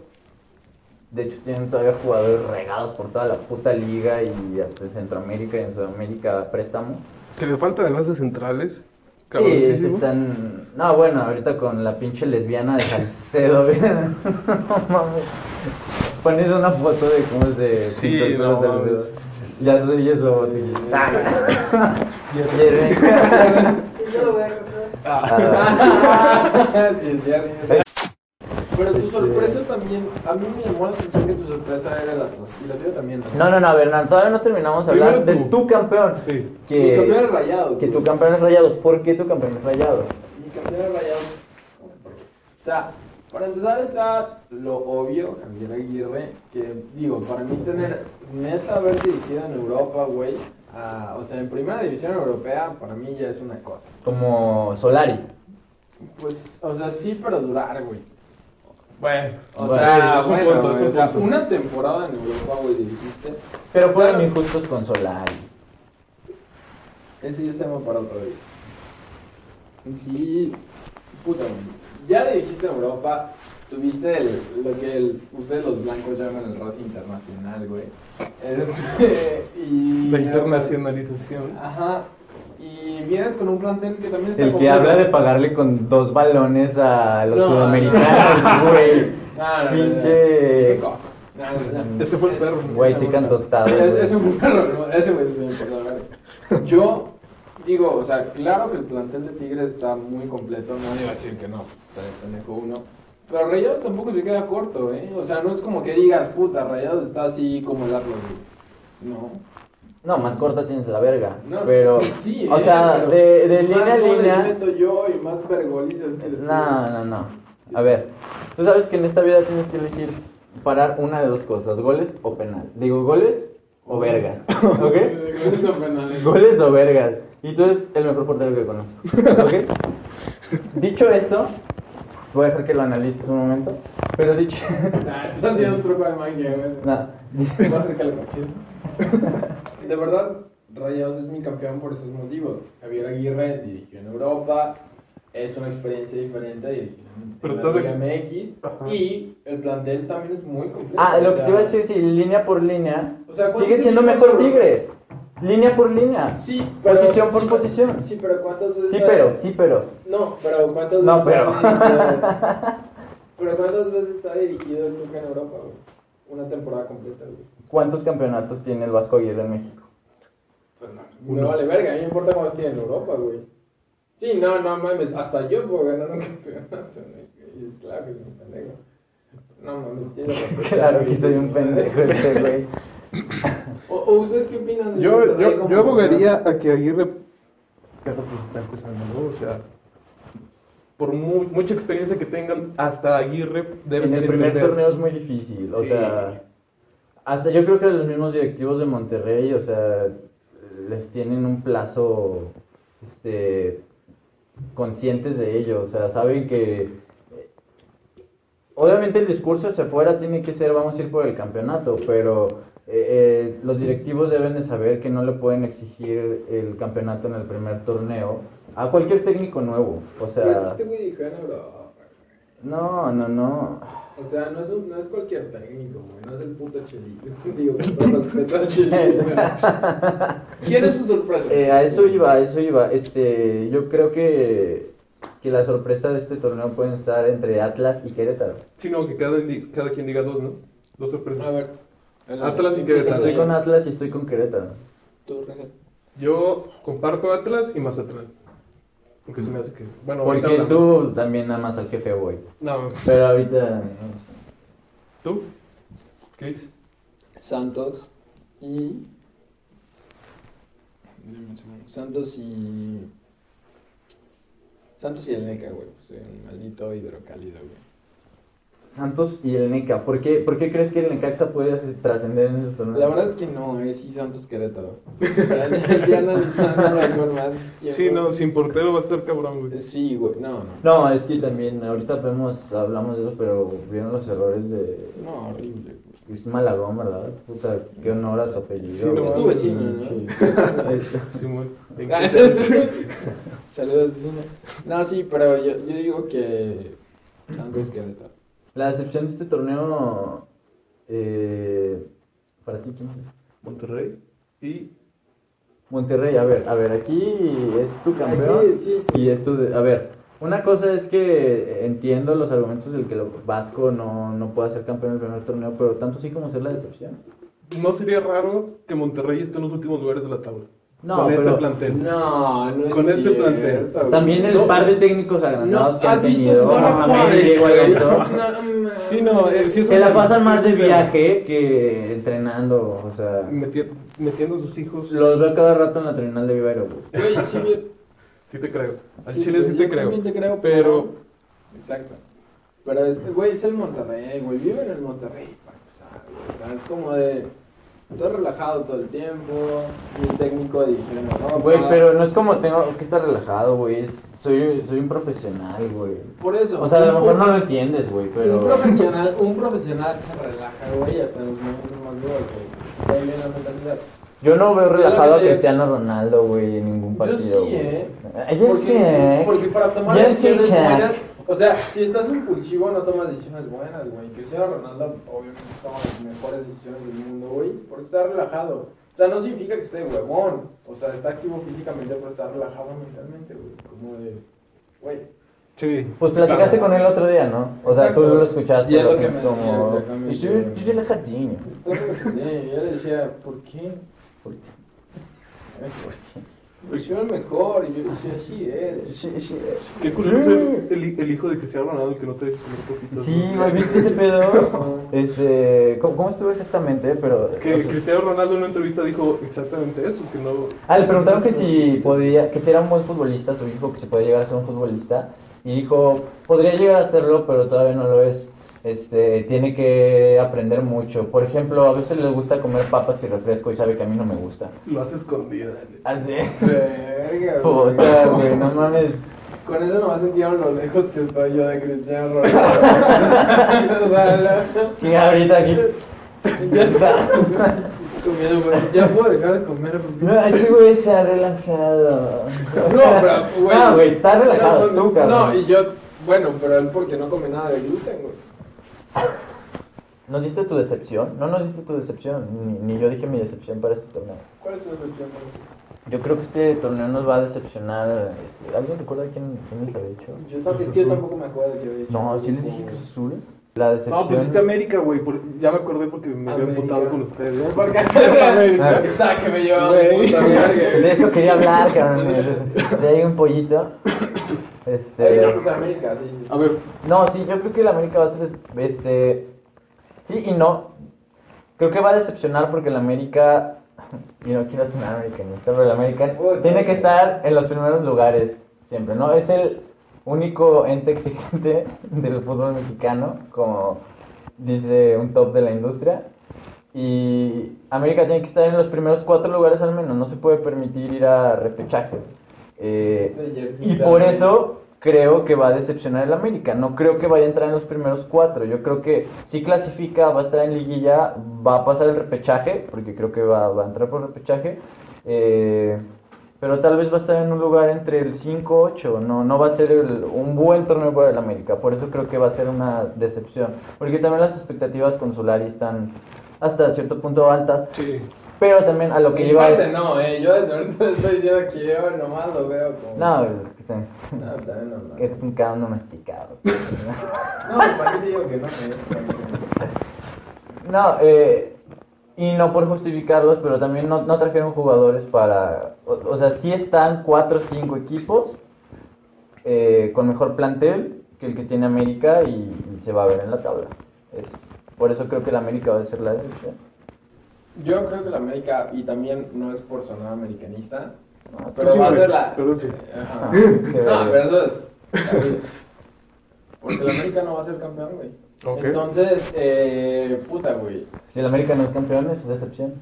Speaker 1: De hecho tienen todavía jugadores regados por toda la puta liga y hasta en Centroamérica y en Sudamérica a préstamo.
Speaker 2: Que le falta de bases centrales.
Speaker 1: Sí, sí
Speaker 2: Cabroncísimo.
Speaker 1: están. No, bueno, ahorita con la pinche lesbiana de Salcedo, ¿vieron? no mames. Pones una foto de cómo se.
Speaker 2: Sí,
Speaker 1: pintó el pelo
Speaker 2: no
Speaker 1: Salcedo.
Speaker 2: mames.
Speaker 1: Ya soy ya es Lobotomy.
Speaker 3: Sí.
Speaker 1: Ah.
Speaker 3: Yo lo voy a comprar.
Speaker 1: Ah.
Speaker 3: Ah. sí, es cierto. Pero
Speaker 1: Este.
Speaker 3: tu sorpresa también, a mí me llamó la atención que tu sorpresa era la y la tuya también.
Speaker 1: No, no, no, Bernal, todavía no terminamos de hablar de
Speaker 2: Primero tú.
Speaker 1: tu campeón.
Speaker 2: Sí.
Speaker 3: Mi campeón
Speaker 1: Que,
Speaker 3: es rayado.
Speaker 1: que tu campeón es rayados. ¿Por qué tu campeón es rayados?
Speaker 3: Mi campeón es rayado. O sea, para empezar está lo obvio, Javier Aguirre, que digo, para mí tener neta haber dirigido en Europa, güey, a- o sea, en primera división europea, para mí ya es una cosa.
Speaker 1: Como Solari.
Speaker 3: Pues, o sea, sí, pero durar, güey.
Speaker 2: Bueno.
Speaker 3: O
Speaker 1: Bueno,
Speaker 3: sea,
Speaker 2: es un
Speaker 3: bueno,
Speaker 2: punto, es
Speaker 3: güey,
Speaker 2: un
Speaker 3: o sea,
Speaker 2: punto.
Speaker 3: una temporada en Europa, güey, dirigiste.
Speaker 1: Pero fueron
Speaker 3: Claro.
Speaker 1: injustos con Solari.
Speaker 3: Ese ya es tema para otro día. Sí, puta, güey. ya dirigiste en Europa, Tuviste el- lo que el- ustedes los blancos llaman el roce internacional, güey. Este, y,
Speaker 2: La internacionalización.
Speaker 3: Ajá. Y vienes con un plantel que también está
Speaker 1: El que
Speaker 3: completo.
Speaker 1: habla de pagarle con dos balones a los
Speaker 3: No,
Speaker 1: sudamericanos, güey.
Speaker 3: No, no, no, no.
Speaker 1: Pinche.
Speaker 3: No, no, no.
Speaker 2: Ese fue el perro.
Speaker 1: Güey, chican tostado.
Speaker 3: Sí, es-
Speaker 1: güey.
Speaker 3: ese fue un perro, ¿no? Ese güey es bien pasado, ¿verdad? Yo digo, o sea, claro que el plantel de Tigres está muy completo, no iba a decir que no, está de pendejo uno. Pero Rayados tampoco se queda corto, ¿eh? O sea, no es como que digas, puta, Rayados está así como el Atlas, güey. No.
Speaker 1: No, más corta tienes la verga.
Speaker 3: No,
Speaker 1: pero,
Speaker 3: sí, sí,
Speaker 1: o
Speaker 3: eh,
Speaker 1: sea,
Speaker 3: pero
Speaker 1: de, de línea a
Speaker 3: más goles
Speaker 1: línea.
Speaker 3: meto yo y más pergolizas que les
Speaker 1: No, no, no. A ver, tú sabes que en esta vida tienes que elegir parar una de dos cosas: goles o penal. Digo, goles o vergas. ¿Ok?
Speaker 3: Goles o penales.
Speaker 1: Goles o vergas. Y tú eres el mejor portero que conozco. ¿Ok? Dicho esto, voy a dejar que lo analices un momento. Pero dicho.
Speaker 3: Nah, está haciendo un truco de magia, güey.
Speaker 1: Nada.
Speaker 3: Más rica la cocina. De verdad, Rayados es mi campeón por esos motivos. Javier Aguirre dirigió en Europa, es una experiencia diferente dirigir en
Speaker 2: Pero
Speaker 3: la
Speaker 2: estás
Speaker 3: Liga
Speaker 2: de-
Speaker 3: MX
Speaker 2: Ajá.
Speaker 3: y el plantel también es muy completo.
Speaker 1: Ah, lo
Speaker 3: o
Speaker 1: que
Speaker 3: sea,
Speaker 1: te iba a decir, sí, línea por línea.
Speaker 3: O sea, ¿cuántos
Speaker 1: sigue siendo
Speaker 3: equipos
Speaker 1: mejor
Speaker 3: son?
Speaker 1: Tigres. Línea por línea.
Speaker 3: Sí,
Speaker 1: Posición por
Speaker 3: sí,
Speaker 1: posición.
Speaker 3: Sí, pero ¿cuántas veces?
Speaker 1: Sí,
Speaker 3: ha-
Speaker 1: pero, sí, pero.
Speaker 3: No, pero ¿cuántas
Speaker 1: No,
Speaker 3: veces?
Speaker 1: pero.
Speaker 3: ha dirigido- pero ¿cuántas veces ha dirigido el Tuca en Europa, güey? Una temporada completa, güey.
Speaker 1: ¿Cuántos campeonatos tiene el Vasco Aguirre en México?
Speaker 3: Pues no, me vale verga, a mí me importa cómo estoy en Europa, güey. Sí, no, no mames, hasta yo puedo ganar un campeonato, güey. Y Claro que soy un pendejo. No mames, tiene razón.
Speaker 1: Claro que soy un pendejo este güey.
Speaker 3: ¿O, o ustedes qué opinan? de
Speaker 2: Yo,
Speaker 1: Pues,
Speaker 3: Monterrey
Speaker 2: yo,
Speaker 3: como
Speaker 2: yo
Speaker 3: campeón?
Speaker 2: abogaría a que Aguirre Carlos, pues está empezando, ¿no? O sea, por mu- mucha experiencia que tengan, hasta Aguirre debes
Speaker 1: En el primer
Speaker 2: entender.
Speaker 1: torneo es muy difícil, o
Speaker 2: Sí.
Speaker 1: sea. Hasta yo creo que los mismos directivos de Monterrey, o sea, les tienen un plazo, este, conscientes de ello, o sea, saben que eh, Obviamente el discurso hacia afuera tiene que ser vamos a ir por el campeonato, pero eh, eh, los directivos deben de saber que no le pueden exigir el campeonato en el primer torneo a cualquier técnico nuevo. O
Speaker 3: Pero es que
Speaker 1: sea,
Speaker 3: este güey dirigió en Europa, güey.
Speaker 1: no, no, no.
Speaker 3: O sea, no es, un, no es cualquier técnico, güey. No es el puto chelito. Digo, con todo respeto al chelito, güey. ¿Quién es su sorpresa?
Speaker 1: Eh, a eso iba, a eso iba. Este, yo creo que, que la sorpresa de este torneo puede estar entre Atlas y Querétaro.
Speaker 2: Sino que cada, di- cada quien diga dos, ¿no? Dos sorpresas.
Speaker 3: A ver.
Speaker 2: Atlas y
Speaker 3: Empieza,
Speaker 2: Querétaro.
Speaker 1: Estoy
Speaker 3: güey.
Speaker 1: con Atlas y estoy con Querétaro.
Speaker 3: Tú, René.
Speaker 2: Yo comparto Atlas y Mazatlán. Porque se me hace que. Bueno, ahorita
Speaker 1: Porque
Speaker 2: hablamos.
Speaker 1: tú también amas al jefe, güey.
Speaker 2: No,
Speaker 1: Pero ahorita... no sé.
Speaker 2: ¿tú? Chris.
Speaker 3: Santos y. Dame un segundo. Santos y. Santos y el NECA, güey. Pues soy un maldito hidrocálido, güey.
Speaker 1: Santos y el NECA. ¿Por qué, por qué crees que el NECAXA puede hacer- trascender en esos torneos?
Speaker 3: La verdad es que no, es y Santos Querétaro. ya, ya- ya analizando las formas.
Speaker 2: Sí, no,
Speaker 3: tiempos.
Speaker 2: sin portero va a estar cabrón, güey.
Speaker 3: Sí, güey, no, no.
Speaker 1: No, es que también ahorita vemos, hablamos de eso, pero vieron los errores de
Speaker 3: No, horrible, güey.
Speaker 1: Luis Malagón, ¿verdad? Puta, qué honor a su apellido.
Speaker 2: Sí, no
Speaker 3: Es tu
Speaker 2: mames.
Speaker 3: vecino, ¿no?
Speaker 1: Sí. Este,
Speaker 2: Simón. ¿en
Speaker 3: Ah,
Speaker 2: qué te-
Speaker 3: Saludos, vecino. No, sí, pero yo, yo digo que. Santos Querétaro.
Speaker 1: La decepción de este torneo, eh, para ti, ¿quién es?
Speaker 2: Monterrey. Y.
Speaker 1: Monterrey, a ver, a ver, aquí es tu campeón.
Speaker 3: Aquí, sí, sí.
Speaker 1: Y esto, de- a ver, una cosa es que entiendo los argumentos del que el Vasco no, no pueda ser campeón en el primer torneo, pero tanto sí como ser la decepción.
Speaker 2: No sería raro que Monterrey esté en los últimos lugares de la tabla.
Speaker 1: No,
Speaker 2: con este
Speaker 1: pero-
Speaker 2: plantel.
Speaker 3: No, no es
Speaker 2: Con este
Speaker 3: cierto,
Speaker 2: plantel.
Speaker 3: güey.
Speaker 1: También el
Speaker 3: No.
Speaker 1: par de técnicos agrandados
Speaker 3: No,
Speaker 1: que han
Speaker 3: ¿has visto
Speaker 1: tenido.
Speaker 3: jugar a
Speaker 1: Mohamed
Speaker 3: Juárez,
Speaker 1: Diego
Speaker 3: güey?
Speaker 1: Alonso,
Speaker 3: No, no.
Speaker 2: Sí, no, eh, sí es
Speaker 1: Se
Speaker 2: un
Speaker 1: la
Speaker 2: tema,
Speaker 1: pasan
Speaker 2: sí
Speaker 1: más
Speaker 2: es un
Speaker 1: de
Speaker 2: tema.
Speaker 1: viaje que entrenando. O sea,
Speaker 2: Meti- metiendo a sus hijos.
Speaker 1: los veo cada rato en la terminal de Viva Aerobús.
Speaker 3: Güey, sí, bien.
Speaker 2: Sí te creo. Al
Speaker 3: Sí,
Speaker 2: Chile sí
Speaker 3: yo
Speaker 2: te creo.
Speaker 3: también te creo,
Speaker 2: Pero
Speaker 3: Exacto. Pero es, güey, es el Monterrey, güey. Vive en el Monterrey, para empezar, güey. O sea, es como de. Todo relajado todo el tiempo. Mi técnico dirigió en Europa.
Speaker 1: Güey, pero no es como tengo que estar relajado, güey. es- soy, soy un profesional, güey.
Speaker 3: Por eso.
Speaker 1: O sea, a lo
Speaker 3: un
Speaker 1: mejor
Speaker 3: pro-
Speaker 1: no lo entiendes, güey,
Speaker 3: Un
Speaker 1: pero.
Speaker 3: profesional, un profesional se relaja, güey, hasta en los momentos más duros, güey. Ahí viene la mentalidad.
Speaker 1: Yo no veo relajado a
Speaker 3: te-
Speaker 1: Cristiano Ronaldo, güey, en ningún
Speaker 3: Yo
Speaker 1: partido.
Speaker 3: sí,
Speaker 1: güey.
Speaker 3: ¿eh?
Speaker 1: Ay, Yo
Speaker 3: porque,
Speaker 1: sí, ¿eh?
Speaker 3: porque para tomar
Speaker 1: Yo sí,
Speaker 3: decisiones
Speaker 1: Jack.
Speaker 3: buenas, O sea, si estás impulsivo, no tomas decisiones buenas, güey. Cristiano Ronaldo, obviamente, toma las mejores decisiones del mundo, güey, por estar relajado. O sea, no significa que esté huevón. O sea, está activo físicamente, pero está relajado mentalmente, güey. Como de, güey.
Speaker 2: Sí.
Speaker 1: Pues platicaste con él el otro día, ¿no? O sea, tú
Speaker 3: Exacto.
Speaker 1: lo escuchaste.
Speaker 3: Y es
Speaker 1: lo
Speaker 3: lo que
Speaker 1: sientes
Speaker 3: me decía,
Speaker 1: como...
Speaker 3: exactamente.
Speaker 1: Y yo, yo relajadinho.
Speaker 3: Entonces, sí, yo decía, ¿por qué? Eh, ¿Por qué? Ay, ¿Por qué? Pues yo era el mejor, y yo decía, sí eh, eres.
Speaker 1: Sí, sí.
Speaker 2: Qué curioso es el, el hijo de Cristiano Ronaldo el que no te dejó comer papitas.
Speaker 1: Sí,
Speaker 2: ¿no?
Speaker 1: güey, ¿viste ese pedo? Este, ¿cómo, cómo estuvo exactamente? Pero,
Speaker 2: Que
Speaker 1: o sea,
Speaker 2: Cristiano Ronaldo en una entrevista dijo exactamente eso, que no...
Speaker 1: Ah, le preguntaron que si podía, que si era un buen futbolista, su hijo, que si podía llegar a ser un futbolista. Y dijo, podría llegar a serlo, pero todavía no lo es. Este, tiene que aprender mucho. Por ejemplo, a veces les gusta comer papas y refresco y sabe que a mí no me gusta.
Speaker 2: Lo hace escondidas.
Speaker 1: Así.
Speaker 3: Verga, güey.
Speaker 1: Puta, güey, no mames.
Speaker 3: Con eso nomás sentieron lo lejos que estoy yo de Cristiano Ronaldo. o sea, la-
Speaker 1: ¿Quién ahorita aquí?
Speaker 3: ya está. Comiendo, güey. Ya puedo dejar de comer. porque-
Speaker 1: No, ese güey se ha relajado.
Speaker 3: No, pero, güey.
Speaker 1: No, güey, está relajado
Speaker 3: No,
Speaker 1: tú,
Speaker 3: no,
Speaker 1: cabrón.
Speaker 3: No, y yo, bueno, pero él porque no come nada de gluten, güey.
Speaker 1: ¿Nos diste tu decepción? No nos diste tu decepción, ni, ni yo dije mi decepción para este torneo.
Speaker 3: ¿Cuál es tu excepción?
Speaker 1: Yo creo que este torneo nos va a decepcionar. este, ¿Alguien recuerda quién, quién les había dicho?
Speaker 3: Yo, tampoco- es que yo tampoco me acuerdo de que había dicho.
Speaker 1: No, sí les dije Cruz Azul. La decepción.
Speaker 2: No, pues hiciste América, güey. por- Ya me acordé porque me había
Speaker 3: América.
Speaker 2: emputado con ustedes.
Speaker 3: Porque
Speaker 1: Ah.
Speaker 3: está que me llevaba de
Speaker 2: Güey.
Speaker 3: puta
Speaker 1: De
Speaker 3: verga.
Speaker 1: eso quería hablar, cabrón. De ahí un pollito. Este.
Speaker 3: Sí, no, pues América, sí, sí.
Speaker 2: A ver,
Speaker 1: No, sí, yo creo que la América va a ser es- este sí y no. Creo que va a decepcionar porque la América y no quiero ser americanista, pero la América
Speaker 3: Uy,
Speaker 1: tiene
Speaker 3: sí.
Speaker 1: que estar en los primeros lugares siempre, ¿no? Es el único ente exigente del fútbol mexicano, como dice un top de la industria. Y América tiene que estar en los primeros cuatro lugares al menos, no se puede permitir ir a repechaje. Eh,
Speaker 3: De jersey,
Speaker 1: y
Speaker 3: claro.
Speaker 1: por eso creo que va a decepcionar el América. No creo que vaya a entrar en los primeros cuatro. Yo creo que si clasifica, va a estar en liguilla, va a pasar el repechaje, porque creo que va, va a entrar por repechaje. Eh, pero tal vez va a estar en un lugar entre el 5 y 8. No, no va a ser el- un buen torneo para el América. Por eso creo que va a ser una decepción. Porque también las expectativas con Solari están hasta cierto punto altas.
Speaker 2: sí.
Speaker 1: Pero también a lo que
Speaker 3: Mi
Speaker 1: lleva
Speaker 3: parte
Speaker 1: es...
Speaker 3: no, eh, yo desde ahorita estoy diciendo que yo nomás lo veo como...
Speaker 1: No, es que están-
Speaker 3: No, también no, no.
Speaker 1: eres un cabrón no masticado.
Speaker 3: No, ¿para qué te digo que no? eh? ¿Para qué te digo?
Speaker 1: No, eh, y no por justificarlos, pero también no, no trajeron jugadores para... O, o sea, sí están 4 o 5 equipos eh, con mejor plantel que el que tiene América y, y se va a ver en la tabla. Es- por eso creo que la América va a ser la decepción.
Speaker 3: Yo creo que la América, y también no es por sonar americanista,
Speaker 1: No,
Speaker 3: pero
Speaker 2: sí
Speaker 3: va a
Speaker 2: lo
Speaker 3: ser
Speaker 2: eres,
Speaker 3: la...
Speaker 2: pero sí.
Speaker 3: Ajá.
Speaker 1: Qué
Speaker 3: No,
Speaker 1: verga.
Speaker 3: pero eso es... así es. Porque la América no va a ser campeón, güey.
Speaker 2: Ok.
Speaker 3: Entonces, eh, puta, güey.
Speaker 1: Si la América no es campeón, es decepción.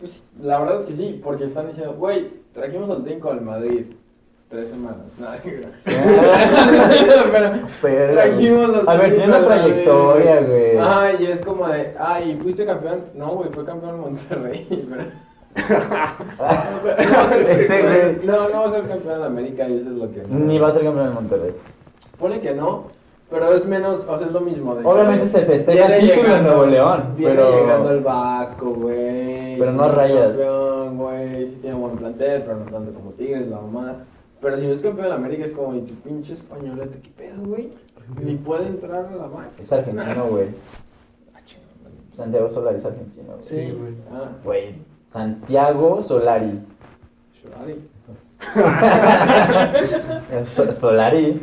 Speaker 3: Pues la verdad es que sí, porque están diciendo, güey, trajimos al Tinko al Madrid. Tres semanas, nada. pero,
Speaker 1: Pero-
Speaker 3: trajimos al
Speaker 1: A ver,
Speaker 3: Tinko
Speaker 1: tiene una
Speaker 3: al Madrid,
Speaker 1: trayectoria, güey.
Speaker 3: Ay, y es como de, ay, ¿fuiste campeón? No, güey, fue campeón en Monterrey. pero- no, va a ser-
Speaker 1: Este güey.
Speaker 3: no, no va a ser campeón en América y eso es lo que...
Speaker 1: Ni va a ser campeón en Monterrey.
Speaker 3: Pone que no, pero es menos, o sea, es lo mismo. de-
Speaker 1: Obviamente se festeja
Speaker 3: Viene
Speaker 1: el título en
Speaker 3: llegando-
Speaker 1: Nuevo León,
Speaker 3: Viene
Speaker 1: pero-
Speaker 3: llegando el Vasco, güey.
Speaker 1: Pero
Speaker 3: sí
Speaker 1: no
Speaker 3: es
Speaker 1: rayas.
Speaker 3: Campeón, güey. Sí tiene buen plantel, pero no tanto como Tigres, la mamada. Pero si no es campeón de la América, es como, y tu pinche españolete, ¿qué pedo, güey? Ni puede entrar a la banca.
Speaker 1: Es argentino, güey.
Speaker 3: Ah, chingada.
Speaker 1: Santiago Solari es argentino, güey.
Speaker 3: Sí,
Speaker 2: güey.
Speaker 3: güey. Ah,
Speaker 1: Güey, Santiago Solari.
Speaker 3: Solari.
Speaker 1: So- Solari.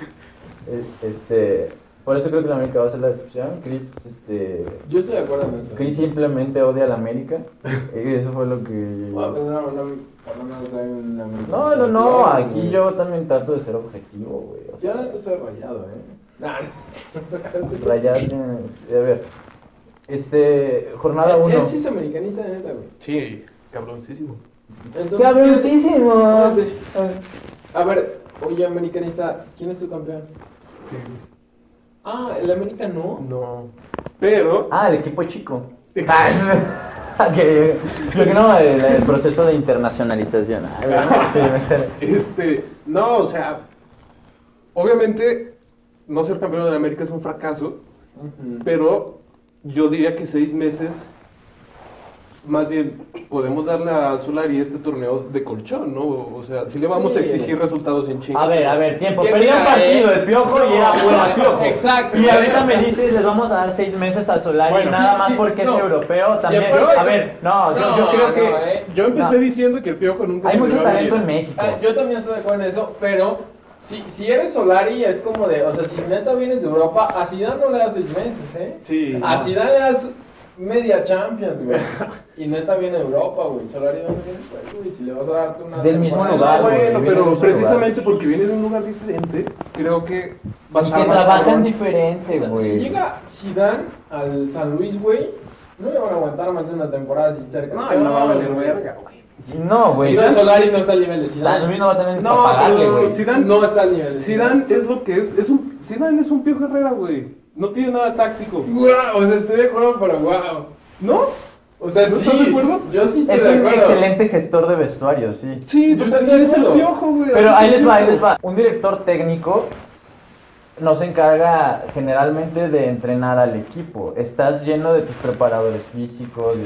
Speaker 1: eh, Este, por eso creo que la América va a ser la decepción. Chris, este,
Speaker 3: Yo estoy de acuerdo en eso.
Speaker 1: Chris simplemente odia a la América. Y eso fue lo que.
Speaker 3: Bueno, pues no, no, por lo menos hay una-
Speaker 1: No, no, no.
Speaker 3: Claro,
Speaker 1: Aquí
Speaker 3: güey.
Speaker 1: yo también trato de ser objetivo, güey. o sea,
Speaker 3: Yo no estoy rayado, eh. Nah.
Speaker 1: Rayar tiene- A ver. Este, jornada
Speaker 3: Él-
Speaker 1: 1.
Speaker 3: Él sí Eh, es americanista, de neta, güey.
Speaker 2: Sí, cabroncísimo.
Speaker 3: Entonces,
Speaker 1: ¡Cabroncísimo!
Speaker 3: Entonces- A ver, oye, americanista, ¿quién es tu campeón?
Speaker 2: Tigres.
Speaker 3: Ah, el América no.
Speaker 2: pues, No. Pero...
Speaker 1: Ah, el equipo chico. Ah, que, creo que no, el, el proceso de internacionalización. Ah, bueno, sí, me sale.
Speaker 2: Este, no, o sea, obviamente no ser campeón de la América es un fracaso, pero yo diría que seis meses, más bien, podemos darle a Solari este torneo de colchón, ¿no? O sea, si le vamos
Speaker 3: Sí.
Speaker 2: a exigir resultados en chinga.
Speaker 1: A ver, a ver, tiempo.
Speaker 3: ¿Qué
Speaker 1: Perdí un
Speaker 3: mira,
Speaker 1: partido
Speaker 3: eh?
Speaker 1: el piojo y era
Speaker 3: No,
Speaker 1: fuera piojo.
Speaker 3: exacto.
Speaker 1: Y ahorita me dices, les vamos a dar seis meses al Solari,
Speaker 2: Bueno,
Speaker 1: nada
Speaker 3: sí,
Speaker 1: más
Speaker 3: sí,
Speaker 1: porque
Speaker 3: no.
Speaker 1: es europeo también.
Speaker 3: pero-
Speaker 1: a ver, no, yo,
Speaker 3: No,
Speaker 1: yo creo que
Speaker 3: no, eh.
Speaker 2: Yo empecé
Speaker 1: No.
Speaker 2: diciendo que el Piojo nunca
Speaker 1: hay
Speaker 2: se
Speaker 1: mucho
Speaker 2: le va a
Speaker 1: talento en
Speaker 2: venir.
Speaker 1: México.
Speaker 3: Ah, yo también estoy de acuerdo en eso, pero si, si eres Solari es como de, o sea, si neta vienes de Europa, a Zidane no le das seis meses, ¿eh?
Speaker 2: Sí.
Speaker 3: A Zidane le das media Champions, güey. Y neta viene de Europa, güey. Solari no viene, pues, güey, si le vas a darte una...
Speaker 1: Del mismo
Speaker 3: temporada-
Speaker 1: lugar, güey.
Speaker 2: Bueno,
Speaker 1: viene de
Speaker 2: pero
Speaker 1: otro
Speaker 2: precisamente porque viene de un lugar diferente, creo que va a
Speaker 1: Y
Speaker 2: estar
Speaker 1: que
Speaker 2: más
Speaker 1: trabajan
Speaker 2: cabrón.
Speaker 1: diferente,
Speaker 3: Si
Speaker 1: güey.
Speaker 3: llega Zidane al San Luis, güey, no le van a aguantar más de una temporada sin ser
Speaker 2: No, no va a valer
Speaker 3: güey.
Speaker 2: verga, güey.
Speaker 1: No, güey.
Speaker 3: Zidane Solari no está al nivel de
Speaker 1: San
Speaker 3: Zidane.
Speaker 1: Luis no va a tener
Speaker 2: No,
Speaker 1: para pagarle,
Speaker 2: pero
Speaker 1: güey.
Speaker 2: sí- Zidane-
Speaker 3: no está al nivel de
Speaker 2: Zidane es lo que es, es un Zidane es un Piojo Herrera, güey. No tiene nada táctico.
Speaker 3: Guau, o sea, estoy de acuerdo, pero wow.
Speaker 2: ¿No?
Speaker 3: O sea,
Speaker 2: ¿No
Speaker 3: sí.
Speaker 2: estás de acuerdo?
Speaker 3: Yo sí estoy
Speaker 1: Es
Speaker 3: de
Speaker 1: un
Speaker 3: acuerdo.
Speaker 1: excelente gestor de vestuario, sí.
Speaker 2: Sí,
Speaker 3: Yo
Speaker 2: total,
Speaker 3: estoy de
Speaker 2: es el
Speaker 3: acuerdo.
Speaker 2: Piojo, güey.
Speaker 1: Pero
Speaker 2: así
Speaker 1: ahí
Speaker 2: es
Speaker 1: les
Speaker 2: el
Speaker 1: va, ahí
Speaker 2: Piojo.
Speaker 1: les va. Un director técnico no se encarga generalmente de entrenar al equipo. Estás lleno de tus preparadores físicos, de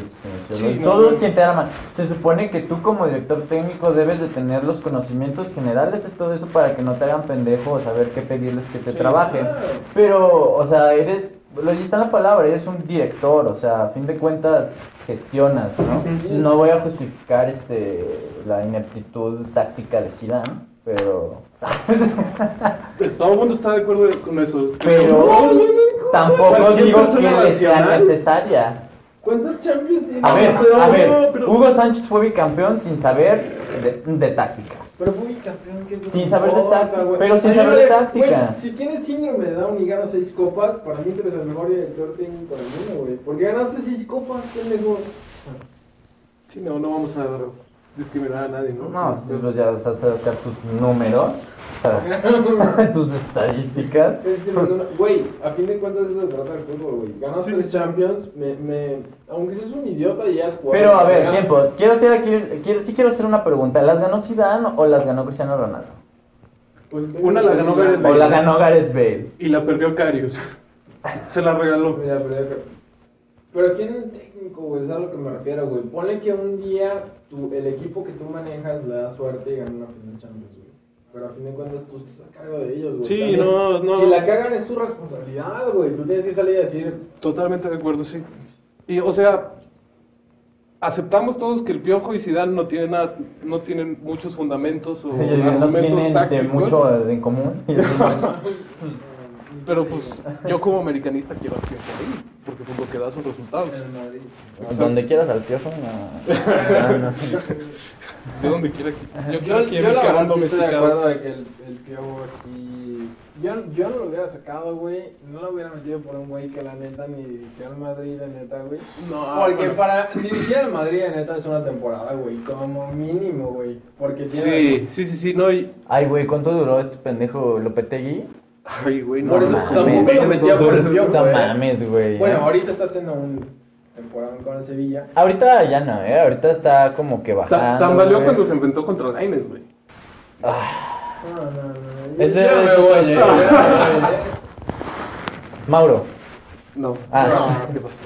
Speaker 1: tus kinesiólogos,
Speaker 2: Sí, no,
Speaker 1: todos
Speaker 2: no.
Speaker 1: quien te arman. Se supone que tú como director técnico debes de tener los conocimientos generales de todo eso para que no te hagan pendejo o saber qué pedirles que te
Speaker 2: Sí,
Speaker 1: trabajen.
Speaker 3: claro.
Speaker 1: Pero, o sea, eres, lo ahí está la palabra, eres un director, o sea, a fin de cuentas gestionas, ¿no? No voy a justificar este la ineptitud táctica de Zidane, pero
Speaker 2: Pues, Todo el mundo está de acuerdo con eso.
Speaker 1: pero
Speaker 2: No, no, no,
Speaker 1: tampoco
Speaker 2: Cualquier
Speaker 1: digo
Speaker 2: persona
Speaker 1: que sea
Speaker 2: racional.
Speaker 1: necesaria.
Speaker 3: ¿Cuántos champions tiene?
Speaker 1: A ver,
Speaker 2: pero-
Speaker 1: a
Speaker 2: no,
Speaker 1: ver,
Speaker 2: pero-
Speaker 1: Hugo Sánchez fue bicampeón sin saber de, de táctica.
Speaker 3: Pero fue bicampeón, que es lo
Speaker 1: Sin
Speaker 3: que
Speaker 1: saber de
Speaker 3: importa,
Speaker 1: táctica,
Speaker 3: güey.
Speaker 1: pero sin
Speaker 3: A mí me
Speaker 1: saber de
Speaker 3: vale-
Speaker 1: táctica.
Speaker 3: güey, Si tienes síndrome de Down y ganas seis copas, para mí tú eres el mejor director técnico del mundo, güey. Porque ganaste seis copas, pendejo.
Speaker 2: Sí, no, no vamos a discriminar a nadie, ¿no? Este,
Speaker 1: No, si pues ya vas a sacar tus números, tus estadísticas.
Speaker 3: Es que, pues, una- Güey, a fin de cuentas eso se trata del fútbol, güey. Ganaste
Speaker 2: Sí, sí,
Speaker 3: tres
Speaker 2: sí.
Speaker 3: Champions, me, me... aunque seas un idiota y ya has jugado.
Speaker 1: Pero a ver,
Speaker 3: Ya-
Speaker 1: tiempo. Quiero hacer aquí, quiero, sí quiero hacer una pregunta. ¿Las ganó Zidane o las ganó Cristiano Ronaldo?
Speaker 3: Pues,
Speaker 2: Una la ganó Gareth
Speaker 1: ¿O
Speaker 2: Bale.
Speaker 1: la ganó Gareth Bale?
Speaker 2: Y la perdió Carius. Se la regaló.
Speaker 3: Mira, pero, pero ¿quién es el técnico, güey? Es a lo que me refiero, güey. Ponle que un día tu- el equipo que tú manejas le da suerte y gana una final Champions, güey. Pero a fin de cuentas tú estás a cargo de ellos, güey.
Speaker 2: Sí, no, no.
Speaker 3: Si la cagan es tu responsabilidad, güey. Tú tienes que salir a decir,
Speaker 2: Totalmente de acuerdo, sí. Y, o sea, aceptamos todos que el Piojo y Zidane no tienen nada, no tienen muchos fundamentos o
Speaker 1: Ellos no
Speaker 2: argumentos
Speaker 1: tienen este,
Speaker 2: tácticos.
Speaker 1: mucho en común. Y decimos,
Speaker 2: Pero pues yo como americanista quiero al Piojo ahí, porque pues lo que da son resultados.
Speaker 3: en el Madrid.
Speaker 1: Donde quieras al piojo. no. No, no.
Speaker 2: De donde quiera que. Yo quiero
Speaker 3: Yo,
Speaker 2: aquí a
Speaker 3: yo
Speaker 2: mi
Speaker 3: la
Speaker 2: cabrón
Speaker 3: verdad sí estoy de acuerdo
Speaker 2: domesticado.
Speaker 3: de que el, el piojo sí... Yo, yo no lo hubiera sacado, güey. No lo hubiera metido por un güey que la neta ni dirigió al Madrid, la neta, güey.
Speaker 2: No, Ah,
Speaker 3: Porque
Speaker 2: bueno.
Speaker 3: para dirigir al Madrid, la neta, es una temporada, güey, como mínimo, güey. Porque tiene...
Speaker 2: Sí, sí, sí, sí, no. y-
Speaker 1: Ay, güey, ¿cuánto duró este pendejo Lopetegui?
Speaker 2: Ay, güey, no.
Speaker 3: Por
Speaker 2: no
Speaker 3: eso
Speaker 2: es
Speaker 1: mames.
Speaker 2: como
Speaker 3: tampoco lo
Speaker 2: Vegas,
Speaker 3: metía
Speaker 2: dos
Speaker 3: por el
Speaker 2: veces.
Speaker 3: piojo,
Speaker 1: No
Speaker 3: güey.
Speaker 1: mames, güey.
Speaker 3: Bueno,
Speaker 1: ¿eh?
Speaker 3: ahorita está haciendo un temporada con el Sevilla.
Speaker 1: Ahorita ya no, ¿eh? Ahorita está como que
Speaker 2: Ta-
Speaker 1: bajando. Ah,
Speaker 2: Tambaleó
Speaker 1: güey.
Speaker 2: cuando se enfrentó contra Lainez, güey.
Speaker 3: No, no, no.
Speaker 1: Ese-
Speaker 3: yo me
Speaker 1: ese-
Speaker 3: voy, eh, yo me voy, eh.
Speaker 1: Mauro,
Speaker 2: No.
Speaker 1: Ah.
Speaker 2: No, ¿qué pasó?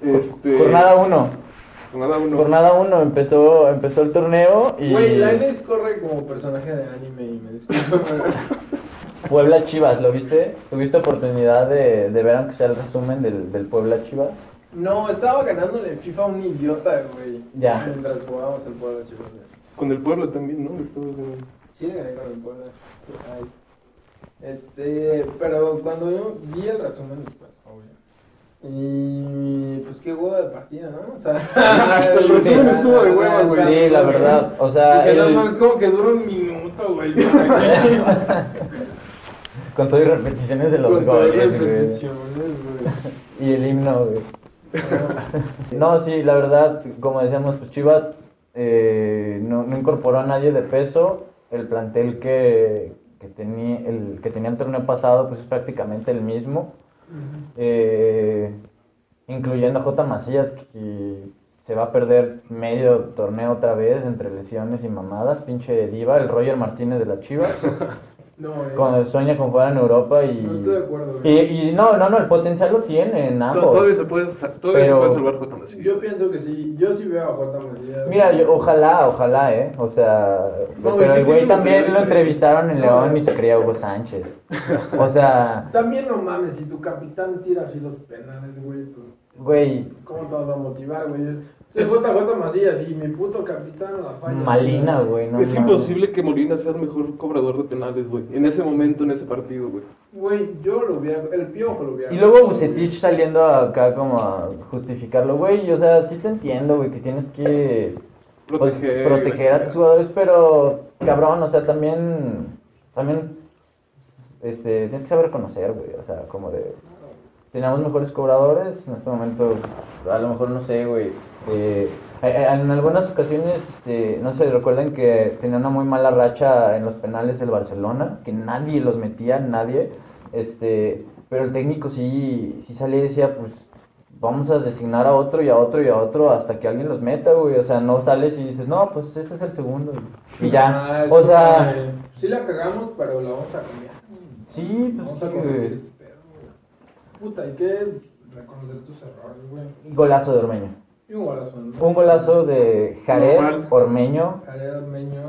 Speaker 2: Este.
Speaker 1: jornada 1.
Speaker 2: Jornada uno.
Speaker 1: Jornada 1 empezó, empezó el torneo y
Speaker 3: Güey, Lainez corre como personaje de anime y me disculpo. pero-
Speaker 1: Puebla Chivas, ¿lo viste? ¿Tuviste oportunidad de, de ver aunque sea el resumen del, del Puebla Chivas?
Speaker 3: No, estaba ganándole en FIFA un idiota, güey.
Speaker 1: Ya.
Speaker 3: Mientras jugábamos el pueblo, chicos. güey.
Speaker 2: Con el pueblo también, ¿no? Estaba de-
Speaker 3: Sí, le gané con el Puebla. Ay. Este, pero cuando yo vi el resumen después, obvio. Y pues qué huevo de partido, ¿no? O sea,
Speaker 2: Hasta el resumen estuvo de hueva, güey.
Speaker 1: Sí, la verdad, o sea,
Speaker 3: Dije, no,
Speaker 1: el-
Speaker 3: no, es como que dura un minuto, güey.
Speaker 1: con todo y repeticiones de los
Speaker 3: Con
Speaker 1: goles, güey.
Speaker 3: repeticiones, güey.
Speaker 1: Y el himno, güey. No, sí, la verdad, como decíamos, pues Chivas eh, no, no incorporó a nadie de peso. El plantel que, que, tenía, el, que tenía el torneo pasado pues es prácticamente el mismo. Eh, incluyendo a J. Macías, que se va a perder medio torneo otra vez entre lesiones y mamadas. Pinche diva, el Roger Martínez de la Chivas.
Speaker 3: No, eh,
Speaker 1: Cuando sueña con jugar en Europa y.
Speaker 3: No estoy de acuerdo,
Speaker 1: Y,
Speaker 3: eh.
Speaker 1: y no, no, no, el potencial lo tienen
Speaker 4: To-
Speaker 1: ambos.
Speaker 4: Todavía se puede, sa-
Speaker 1: Ah, pues, Pero-
Speaker 4: todavía se puede salvar Jota Macías.
Speaker 3: Yo pienso que sí. Yo sí veo a Jota Macías.
Speaker 1: Mira, yo- ojalá, ojalá, ¿eh? O sea,
Speaker 4: No, y
Speaker 1: pero
Speaker 4: sí
Speaker 1: el güey
Speaker 4: tiene
Speaker 1: también
Speaker 4: material,
Speaker 1: lo
Speaker 4: sí.
Speaker 1: entrevistaron en
Speaker 3: No.
Speaker 1: León y se creía Hugo Sánchez. O sea,
Speaker 3: También no mames, si tu capitán tira así los penales, güey, pues.
Speaker 1: güey,
Speaker 3: ¿Cómo te vas a motivar, güey? Es- Soy
Speaker 4: Es-
Speaker 3: JJ Macías y mi puto capitán la falla.
Speaker 1: malina, güey. No,
Speaker 4: es
Speaker 1: mames.
Speaker 4: imposible que Molina sea el mejor cobrador de penales, güey. En ese momento, en ese partido, güey.
Speaker 3: Güey, yo lo hubiera. El piojo lo hubiera.
Speaker 1: Y luego Bucetich saliendo acá como a justificarlo, güey. y, O sea, sí te entiendo, güey, que tienes que pues,
Speaker 4: Proteger.
Speaker 1: proteger a tus jugadores, pero cabrón, o sea, también, también, este, tienes que saber conocer, güey. O sea, como de, teníamos mejores cobradores en este momento a lo mejor no sé güey eh, a- a- en algunas ocasiones este, no sé recuerden que tenía una muy mala racha en los penales del Barcelona que nadie los metía nadie este pero el técnico sí sí salía y decía pues vamos a designar a otro y a otro y a otro hasta que alguien los meta güey o sea no sales y dices no pues este es el segundo y
Speaker 3: Ah,
Speaker 1: ya
Speaker 3: es
Speaker 1: o
Speaker 3: como
Speaker 1: sea
Speaker 3: de, Sí la cagamos, pero la vamos a cambiar.
Speaker 1: sí pues
Speaker 3: Vamos a
Speaker 1: sí,
Speaker 3: corregir
Speaker 1: güey.
Speaker 3: este pedo, güey. Puta, hay que reconocer tus errores, güey.
Speaker 1: golazo de Ormeño
Speaker 3: Y un golazo, ¿no?
Speaker 1: un golazo de Jared
Speaker 4: Normal.
Speaker 1: Ormeño
Speaker 3: Jared Ormeño,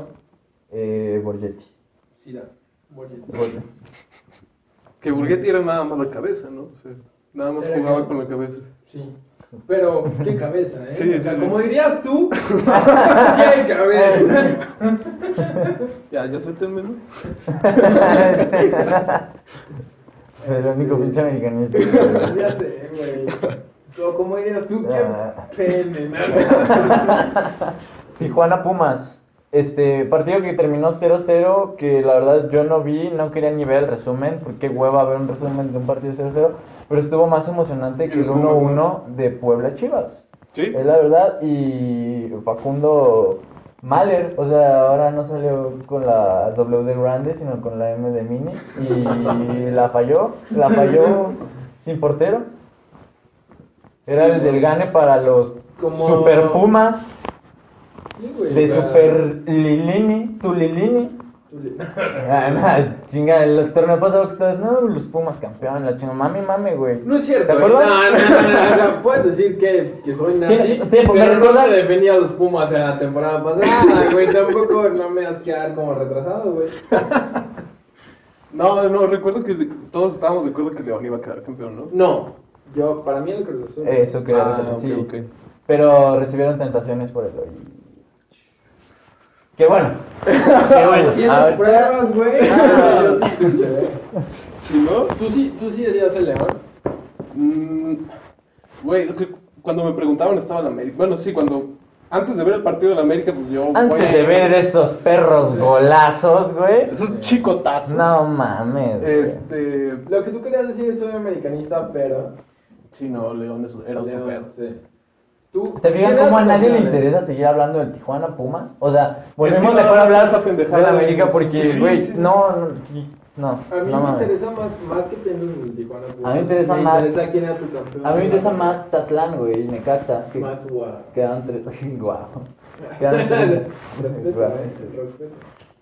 Speaker 1: Eh, Borgetti.
Speaker 3: Sida. Borges.
Speaker 4: Que Burguetti era nada más la cabeza, ¿no? O sea, nada más
Speaker 3: Era
Speaker 4: jugaba
Speaker 3: que-
Speaker 4: con la cabeza.
Speaker 3: Sí. Pero, qué cabeza, ¿eh?
Speaker 4: Sí,
Speaker 3: o sea,
Speaker 4: sí, sí.
Speaker 3: como dirías tú, qué cabeza.
Speaker 4: Ya, ya suéltenme, ¿no?
Speaker 1: El único pinche americanista.
Speaker 3: ya sé, güey. O como dirías tú,
Speaker 1: Ah.
Speaker 3: qué pene, ¿no?
Speaker 1: Tijuana Pumas. Este partido que terminó 0-0, que la verdad yo no vi, no quería ni ver el resumen, porque hueva ver un resumen de un partido 0-0, pero estuvo más emocionante que el 1-1 de Puebla Chivas.
Speaker 4: Sí.
Speaker 1: Es la verdad, y Facundo Mahler, o sea, ahora no salió con la W de grande, sino con la M de mini, y la falló, la falló sin portero. Era
Speaker 4: Sí,
Speaker 1: el
Speaker 4: güey.
Speaker 1: del gane para los
Speaker 3: Como-
Speaker 1: Super Pumas,
Speaker 3: Sí, güey,
Speaker 1: de
Speaker 3: o sea,
Speaker 1: Super Lilini, tu Lilini.
Speaker 3: tú le-
Speaker 1: Además, chinga, el torneo pasado que estabas, no, los Pumas campeón, la chinga, mami, mami, güey.
Speaker 3: No es cierto.
Speaker 1: ¿Te
Speaker 3: güey.
Speaker 1: acuerdas?
Speaker 3: No, no, no, no, no, Puedes decir que, que soy nazi,
Speaker 1: Tiempo, tiempo, ¿me
Speaker 3: pero no
Speaker 1: recuerdas?
Speaker 3: me defendí a los Pumas en la temporada pasada, güey. Tampoco no me has quedado como retrasado, güey.
Speaker 4: No, no, recuerdo que todos estábamos de acuerdo que León iba a quedar campeón, ¿no?
Speaker 3: No, yo, para mí el Cruz Azul.
Speaker 1: Eso creo,
Speaker 4: Ah,
Speaker 1: eso,
Speaker 4: ok,
Speaker 1: sí.
Speaker 4: ok.
Speaker 1: Pero recibieron tentaciones por el Qué bueno. Qué bueno. Ah.
Speaker 3: ¿Tienes
Speaker 1: Ahorita-
Speaker 3: pruebas, güey?
Speaker 4: Si no,
Speaker 3: ¿Tú sí, tú sí decías el León.
Speaker 4: Mm, Güey, es que cuando me preguntaban estaba la América. Bueno, sí, cuando. Antes de ver el partido de la América, pues yo.
Speaker 1: Antes
Speaker 4: güey,
Speaker 1: de ver esos perros golazos, güey.
Speaker 4: Esos chicotazos.
Speaker 1: No mames. güey.
Speaker 4: Este.
Speaker 3: Lo que tú querías decir es soy americanista, pero.
Speaker 4: Sí, no, León es- era otro
Speaker 3: León,
Speaker 4: pedo.
Speaker 3: sí. ¿Tú,
Speaker 1: ¿Se fijan
Speaker 3: ¿quién
Speaker 1: cómo a
Speaker 3: era tu
Speaker 1: nadie le
Speaker 3: campeón, eh?
Speaker 1: interesa seguir hablando del Tijuana Pumas? O sea, volvemos
Speaker 4: nada
Speaker 1: mejor a
Speaker 4: más
Speaker 1: hablar
Speaker 4: esa pendejada
Speaker 1: de la
Speaker 4: de-
Speaker 1: América porque,
Speaker 4: Sí,
Speaker 1: güey,
Speaker 4: sí, sí.
Speaker 1: no, no, no,
Speaker 3: A mí
Speaker 1: no
Speaker 3: me
Speaker 1: mames.
Speaker 3: interesa más, más que pienses en Tijuana. güey.
Speaker 1: A mí me interesa más-
Speaker 3: interesa quién era tu campeón.
Speaker 1: A mí me interesa más Zatlán, güey, y Necaxa. que-
Speaker 3: Más guau.
Speaker 1: Quedaron tres. Guau. Quedaron tres.
Speaker 3: Respeto,
Speaker 1: Guau.
Speaker 3: eh, respeto.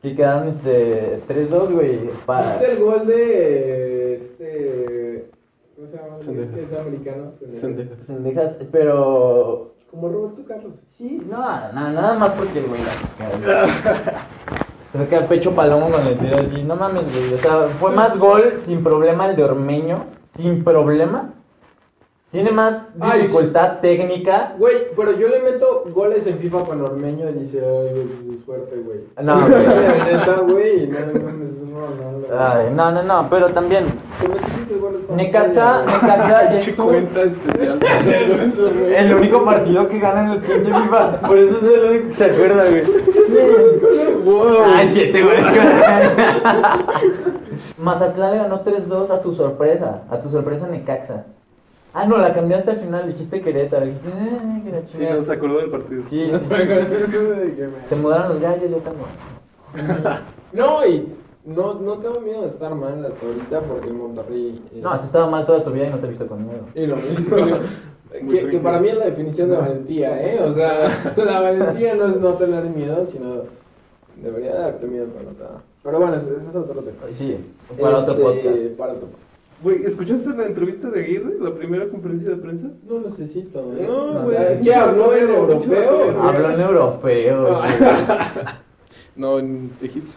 Speaker 1: Que quedaron este 3-2, güey. Para...
Speaker 3: ¿Viste el gol de este. ¿Cómo se llama?
Speaker 4: Sendejas.
Speaker 3: Que es americano. Sendejas.
Speaker 4: Sendejas.
Speaker 1: Sendejas, pero.
Speaker 3: Como Roberto Carlos.
Speaker 1: Sí, no, no, nada más porque el güey la saca. Creo que al pecho palomo cuando le tira así. No mames, güey. O sea, fue más gol sin problema el de Ormeño. Sin problema. Tiene más
Speaker 3: Ay,
Speaker 1: dificultad técnica.
Speaker 3: Güey, pero yo le meto goles en FIFA con Ormeño y dice, ay, güey, pues es fuerte, güey.
Speaker 1: No,
Speaker 3: Güey,
Speaker 1: güey.
Speaker 3: neta, güey. No, no, no, es Ronaldo.
Speaker 1: Ay, no, no, no, pero también.
Speaker 3: Te metí cinco goles con
Speaker 1: Necaxa,
Speaker 3: Ormeño, güey.
Speaker 1: Necaxa ya
Speaker 4: Pinche
Speaker 1: estuvo-
Speaker 4: cuenta especial. Güey,
Speaker 1: El único partido que gana en el pinche FIFA. Por eso es el único que se acuerda, güey. Ay, siete goles que gana. Mazatlán le ganó 3-2 a tu sorpresa. A tu sorpresa Necaxa. Ah, no, la cambiaste al final. Dijiste Querétaro. Dijiste, "Ah, que la
Speaker 4: Sí,
Speaker 1: chingada".
Speaker 4: no se acordó del partido.
Speaker 1: sí, sí. Te
Speaker 3: No,
Speaker 1: mudaron los gallos, yo también.
Speaker 3: y no, no tengo miedo de estar mal hasta ahorita porque Monterrey. es-
Speaker 1: No, has estado mal toda tu vida y no te he visto conmigo.
Speaker 3: Y lo mismo. que,
Speaker 4: Muy
Speaker 3: que
Speaker 4: tranquilo.
Speaker 3: para mí es la definición de valentía, ¿eh? O sea, la valentía no es no tener miedo, sino Debería de darte miedo, pero no. Pero bueno, ese ese es otro tema.
Speaker 1: Sí, para otro
Speaker 3: Este,
Speaker 1: podcast.
Speaker 3: Para otro podcast.
Speaker 2: Güey, ¿escuchaste la entrevista de Aguirre? ¿La primera conferencia de prensa?
Speaker 3: No necesito, ¿eh?
Speaker 2: No,
Speaker 3: O
Speaker 2: güey,
Speaker 3: sea,
Speaker 2: aquí
Speaker 3: ¿qué habló
Speaker 2: habló
Speaker 3: el
Speaker 2: el
Speaker 3: europeo?
Speaker 2: europeo.
Speaker 1: Hablan europeo. güey.
Speaker 2: No, en Egipto.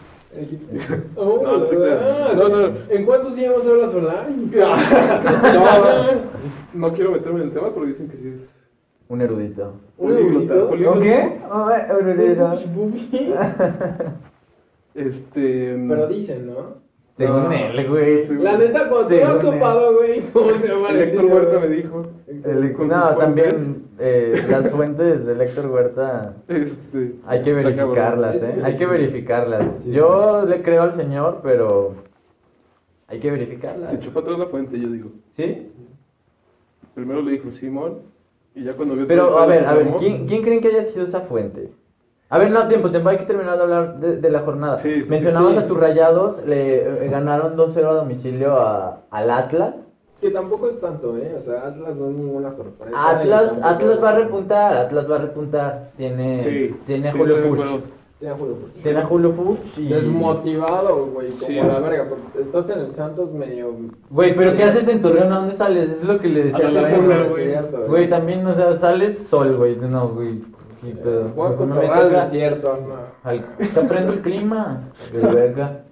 Speaker 3: Oh,
Speaker 2: No, no te creas.
Speaker 3: ah,
Speaker 2: No, no.
Speaker 3: ¿En cuántos íbamos a hablar Solari?
Speaker 2: No, no quiero meterme en el tema, pero dicen que sí es.
Speaker 1: Un erudito.
Speaker 3: ¿Un
Speaker 2: políglota,
Speaker 3: erudito?
Speaker 1: ¿Con
Speaker 2: políglota.
Speaker 1: qué? Ah, erudito.
Speaker 3: Bubi.
Speaker 2: Este.
Speaker 3: Pero dicen, ¿no?
Speaker 1: Según
Speaker 2: No.
Speaker 1: él, güey.
Speaker 2: Según-
Speaker 3: La neta, cuando te
Speaker 1: Según
Speaker 3: has
Speaker 1: él.
Speaker 3: topado, güey, ¿cómo se llama?
Speaker 2: el Héctor Huerta me dijo.
Speaker 1: El-
Speaker 2: con
Speaker 1: no,
Speaker 2: sus fuentes.
Speaker 1: también eh, las fuentes de Héctor Huerta
Speaker 2: Este.
Speaker 1: hay que
Speaker 2: está cabrón.
Speaker 1: verificarlas,
Speaker 3: Sí, sí,
Speaker 1: ¿eh? Hay
Speaker 3: sí.
Speaker 1: que verificarlas.
Speaker 3: Sí.
Speaker 1: Yo le creo al señor, pero hay que verificarlas.
Speaker 2: Se echó para atrás la fuente, yo digo.
Speaker 1: ¿Sí?
Speaker 2: Primero le dijo Simón, y ya cuando vio
Speaker 1: Pero
Speaker 2: todo
Speaker 1: a
Speaker 2: el
Speaker 1: ver,
Speaker 2: pedo,
Speaker 1: a
Speaker 2: se
Speaker 1: ver,
Speaker 2: armó.
Speaker 1: ¿quién, quién creen que haya sido esa fuente? A ver, no, tiempo, tiempo, hay que terminar de hablar de, de la jornada.
Speaker 2: Sí, sí,
Speaker 1: Mencionabas
Speaker 2: sí, sí.
Speaker 1: a tus rayados, le eh, ganaron 2-0 a domicilio a- al Atlas.
Speaker 3: Que tampoco es tanto, ¿eh? O sea, Atlas no es ninguna sorpresa. y
Speaker 1: Atlas,
Speaker 3: tampoco-
Speaker 1: Atlas va a repuntar, Atlas va a repuntar. Tiene,
Speaker 2: Sí,
Speaker 1: tiene a
Speaker 2: sí,
Speaker 1: Julio
Speaker 2: estoy de
Speaker 1: Puch.
Speaker 2: acuerdo.
Speaker 3: Te juro, porque-
Speaker 1: Tiene a Julio Puch y...
Speaker 3: Desmotivado, güey, como
Speaker 2: Sí.
Speaker 3: la verga. porque Estás en el Santos medio.
Speaker 1: Güey, pero ¿qué haces en Torreón? ¿A dónde sales? Es lo que le decía
Speaker 2: A la
Speaker 1: hace
Speaker 2: laguna,
Speaker 1: poco.
Speaker 2: güey.
Speaker 1: Güey, también, o sea, sales sol, güey. No, güey.
Speaker 3: Eh,
Speaker 1: qué pedo.
Speaker 3: Juega con
Speaker 1: No me
Speaker 3: Torreal,
Speaker 1: toca.
Speaker 3: es cierto. No.
Speaker 1: Al- Se prende el clima. De verga.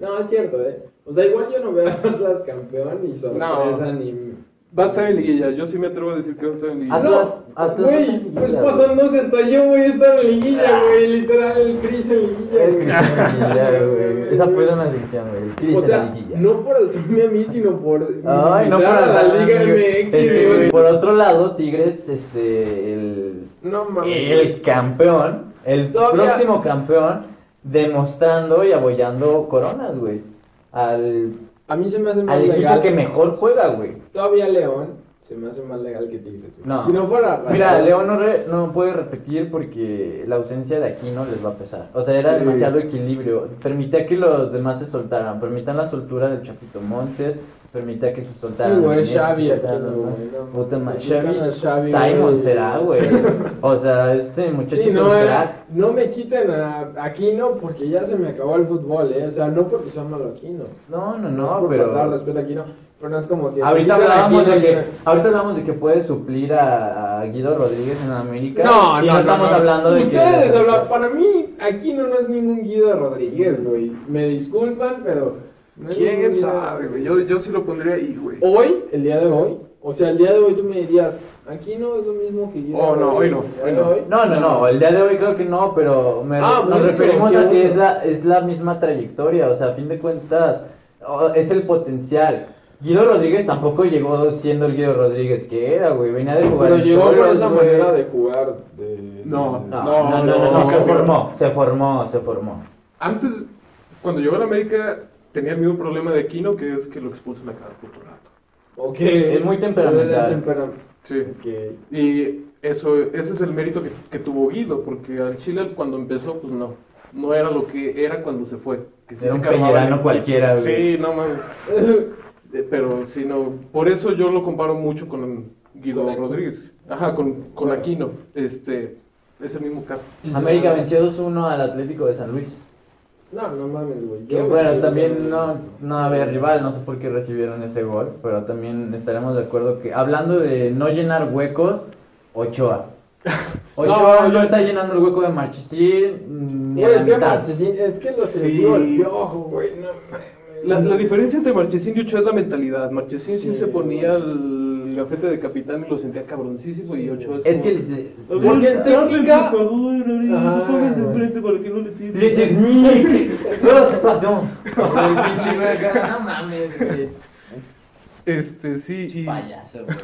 Speaker 3: no, es cierto, ¿eh? O sea, igual yo no veo a Atlas campeón ni sorpresa ni.
Speaker 2: Va a estar en liguilla, yo sí me atrevo a decir que va a estar en liguilla.
Speaker 1: Ah, Atlas- Atlas no
Speaker 3: Güey,
Speaker 1: tiene
Speaker 3: pues
Speaker 1: liguilla, Ah.
Speaker 3: pasándose hasta yo, güey, está en liguilla, güey. Literal, el Cris en liguilla,
Speaker 1: El
Speaker 3: güey.
Speaker 1: Cristian güey. Esa fue una adicción, güey. El
Speaker 3: O
Speaker 1: Cristian
Speaker 3: sea,
Speaker 1: Liguilla.
Speaker 3: no por alzarme a mí, sino por
Speaker 1: Ay, no por
Speaker 3: minimizar a la
Speaker 1: hablar,
Speaker 3: Liga
Speaker 1: amigo. Este,
Speaker 3: MX, güey.
Speaker 1: Por otro lado, Tigres, este, el,
Speaker 3: No mames.
Speaker 1: el campeón, el
Speaker 3: Todavía-
Speaker 1: próximo campeón, demostrando y abollando coronas, güey. Al,
Speaker 3: A mí se me hace más
Speaker 1: al
Speaker 3: legal.
Speaker 1: equipo que mejor juega, güey.
Speaker 3: Todavía León se me hace más legal que Tigres. güey.
Speaker 1: No.
Speaker 3: Si no fuera.
Speaker 1: Mira,
Speaker 3: Rayados,
Speaker 1: León no, re- no puede repetir porque la ausencia de Aquino les va a pesar. O sea, era
Speaker 2: Sí.
Speaker 1: demasiado equilibrio. Permitía que los demás se soltaran. Permitan la soltura del Chapito Montes. Permitía que se soltaran.
Speaker 3: Sí, güey,
Speaker 1: los Messi,
Speaker 3: Xavi
Speaker 1: soltaran
Speaker 3: Aquino,
Speaker 1: los
Speaker 3: güey,
Speaker 1: demás.
Speaker 3: no,
Speaker 1: Puta madre,
Speaker 3: quitan
Speaker 1: Xavi
Speaker 3: a Xavi,
Speaker 1: Simon
Speaker 3: güey.
Speaker 1: será, güey. O sea, este muchacho
Speaker 3: Sí,
Speaker 1: es
Speaker 3: no,
Speaker 1: un
Speaker 3: era-
Speaker 1: crack.
Speaker 3: no me quiten a Aquino porque ya se me acabó el fútbol, ¿eh? O sea, no porque sea malo Aquino.
Speaker 1: No, no,
Speaker 3: es
Speaker 1: no,
Speaker 3: por
Speaker 1: pero.
Speaker 3: faltar respeto a Aquino. Pero no es como que.
Speaker 1: Ahorita
Speaker 3: me quitan a
Speaker 1: hablábamos, de
Speaker 3: Aquino
Speaker 1: que,
Speaker 3: y era-
Speaker 1: ahorita hablamos de que puede suplir a, a Guido Rodríguez en América.
Speaker 3: No,
Speaker 1: y
Speaker 3: no,
Speaker 1: no, estamos
Speaker 3: no.
Speaker 1: hablando de que.
Speaker 3: Ustedes hablan- para mí, aquí no, no es ningún Guido Rodríguez, güey. Me disculpan, pero. no es ningún
Speaker 2: ¿Quién
Speaker 3: Guido.
Speaker 2: sabe, güey? Yo, yo sí lo pondría ahí, güey.
Speaker 3: Hoy, el día de hoy, o sea, el día de hoy tú me dirías, aquí no es lo mismo que Guido
Speaker 2: Oh, no, hoy
Speaker 3: Rodríguez,
Speaker 2: no,
Speaker 3: el día
Speaker 2: hoy
Speaker 3: de
Speaker 2: no.
Speaker 1: No, no, no, el día de hoy creo que no, pero me-
Speaker 3: Ah,
Speaker 1: nos
Speaker 3: bueno,
Speaker 1: referimos
Speaker 3: qué
Speaker 1: a que
Speaker 3: bueno.
Speaker 1: es la, es la misma trayectoria, o sea, a fin de cuentas o- es el potencial. Guido Rodríguez tampoco llegó siendo el Guido Rodríguez que era, güey, venía de jugar
Speaker 3: Pero
Speaker 1: en
Speaker 3: llegó por
Speaker 1: Cholos,
Speaker 3: esa
Speaker 1: güey.
Speaker 3: manera de jugar. de-
Speaker 2: No.
Speaker 1: No, no,
Speaker 3: de-
Speaker 1: no, no,
Speaker 2: No,
Speaker 1: no,
Speaker 2: no,
Speaker 1: se
Speaker 2: no.
Speaker 1: formó, se formó, se formó.
Speaker 2: Antes, cuando llegó a la América, tenía el mismo problema de Aquino, que es que lo expulsan a cada puto rato.
Speaker 3: Ok.
Speaker 1: Es muy temperamental.
Speaker 3: Es temperam-
Speaker 2: Sí.
Speaker 3: Ok.
Speaker 2: Y eso, ese es el mérito que, que tuvo Guido, porque al Chile cuando empezó, pues no. No era lo que era cuando se fue. Que sí
Speaker 1: Era
Speaker 2: se
Speaker 1: un
Speaker 2: cargaba
Speaker 1: pellerano
Speaker 2: el-
Speaker 1: cualquiera, güey.
Speaker 2: Sí, no mames. Eh, Pero sí, no. Por eso yo lo comparo mucho con Guido
Speaker 3: Con Aquino.
Speaker 2: Rodríguez. Ajá, con, con Aquino. Este, es el mismo caso.
Speaker 1: América venció 2-1 al Atlético de San Luis.
Speaker 3: No, no mames, güey.
Speaker 1: Que
Speaker 3: Yo-
Speaker 1: bueno, también no, no había rival, no sé por qué recibieron ese gol, pero también estaremos de acuerdo que, hablando de no llenar huecos, Ochoa. Ochoa no,
Speaker 2: No, yo-
Speaker 1: está llenando el hueco de Marchesín ni
Speaker 3: Güey,
Speaker 1: a la
Speaker 3: es que
Speaker 1: mitad.
Speaker 3: Marchesín, es que lo
Speaker 2: Sí.
Speaker 3: escribió el piojo, güey. No mames.
Speaker 2: La, la diferencia entre Marchesín y Ochoa es la mentalidad. Marchesín sí,
Speaker 3: Sí.
Speaker 2: se ponía el gafete de capitán y lo sentía cabroncísimo y Ochoa es,
Speaker 1: Es
Speaker 2: como-
Speaker 1: que le-
Speaker 3: Porque en técnica-
Speaker 2: Por favor, ahorita,
Speaker 3: Ajá,
Speaker 2: pónganse
Speaker 3: güey.
Speaker 2: enfrente para que no le tiren.
Speaker 1: le technique. No, perdón. El pinche güey acá, No mames, güey.
Speaker 2: Este, sí, y...
Speaker 1: Payaso, güey.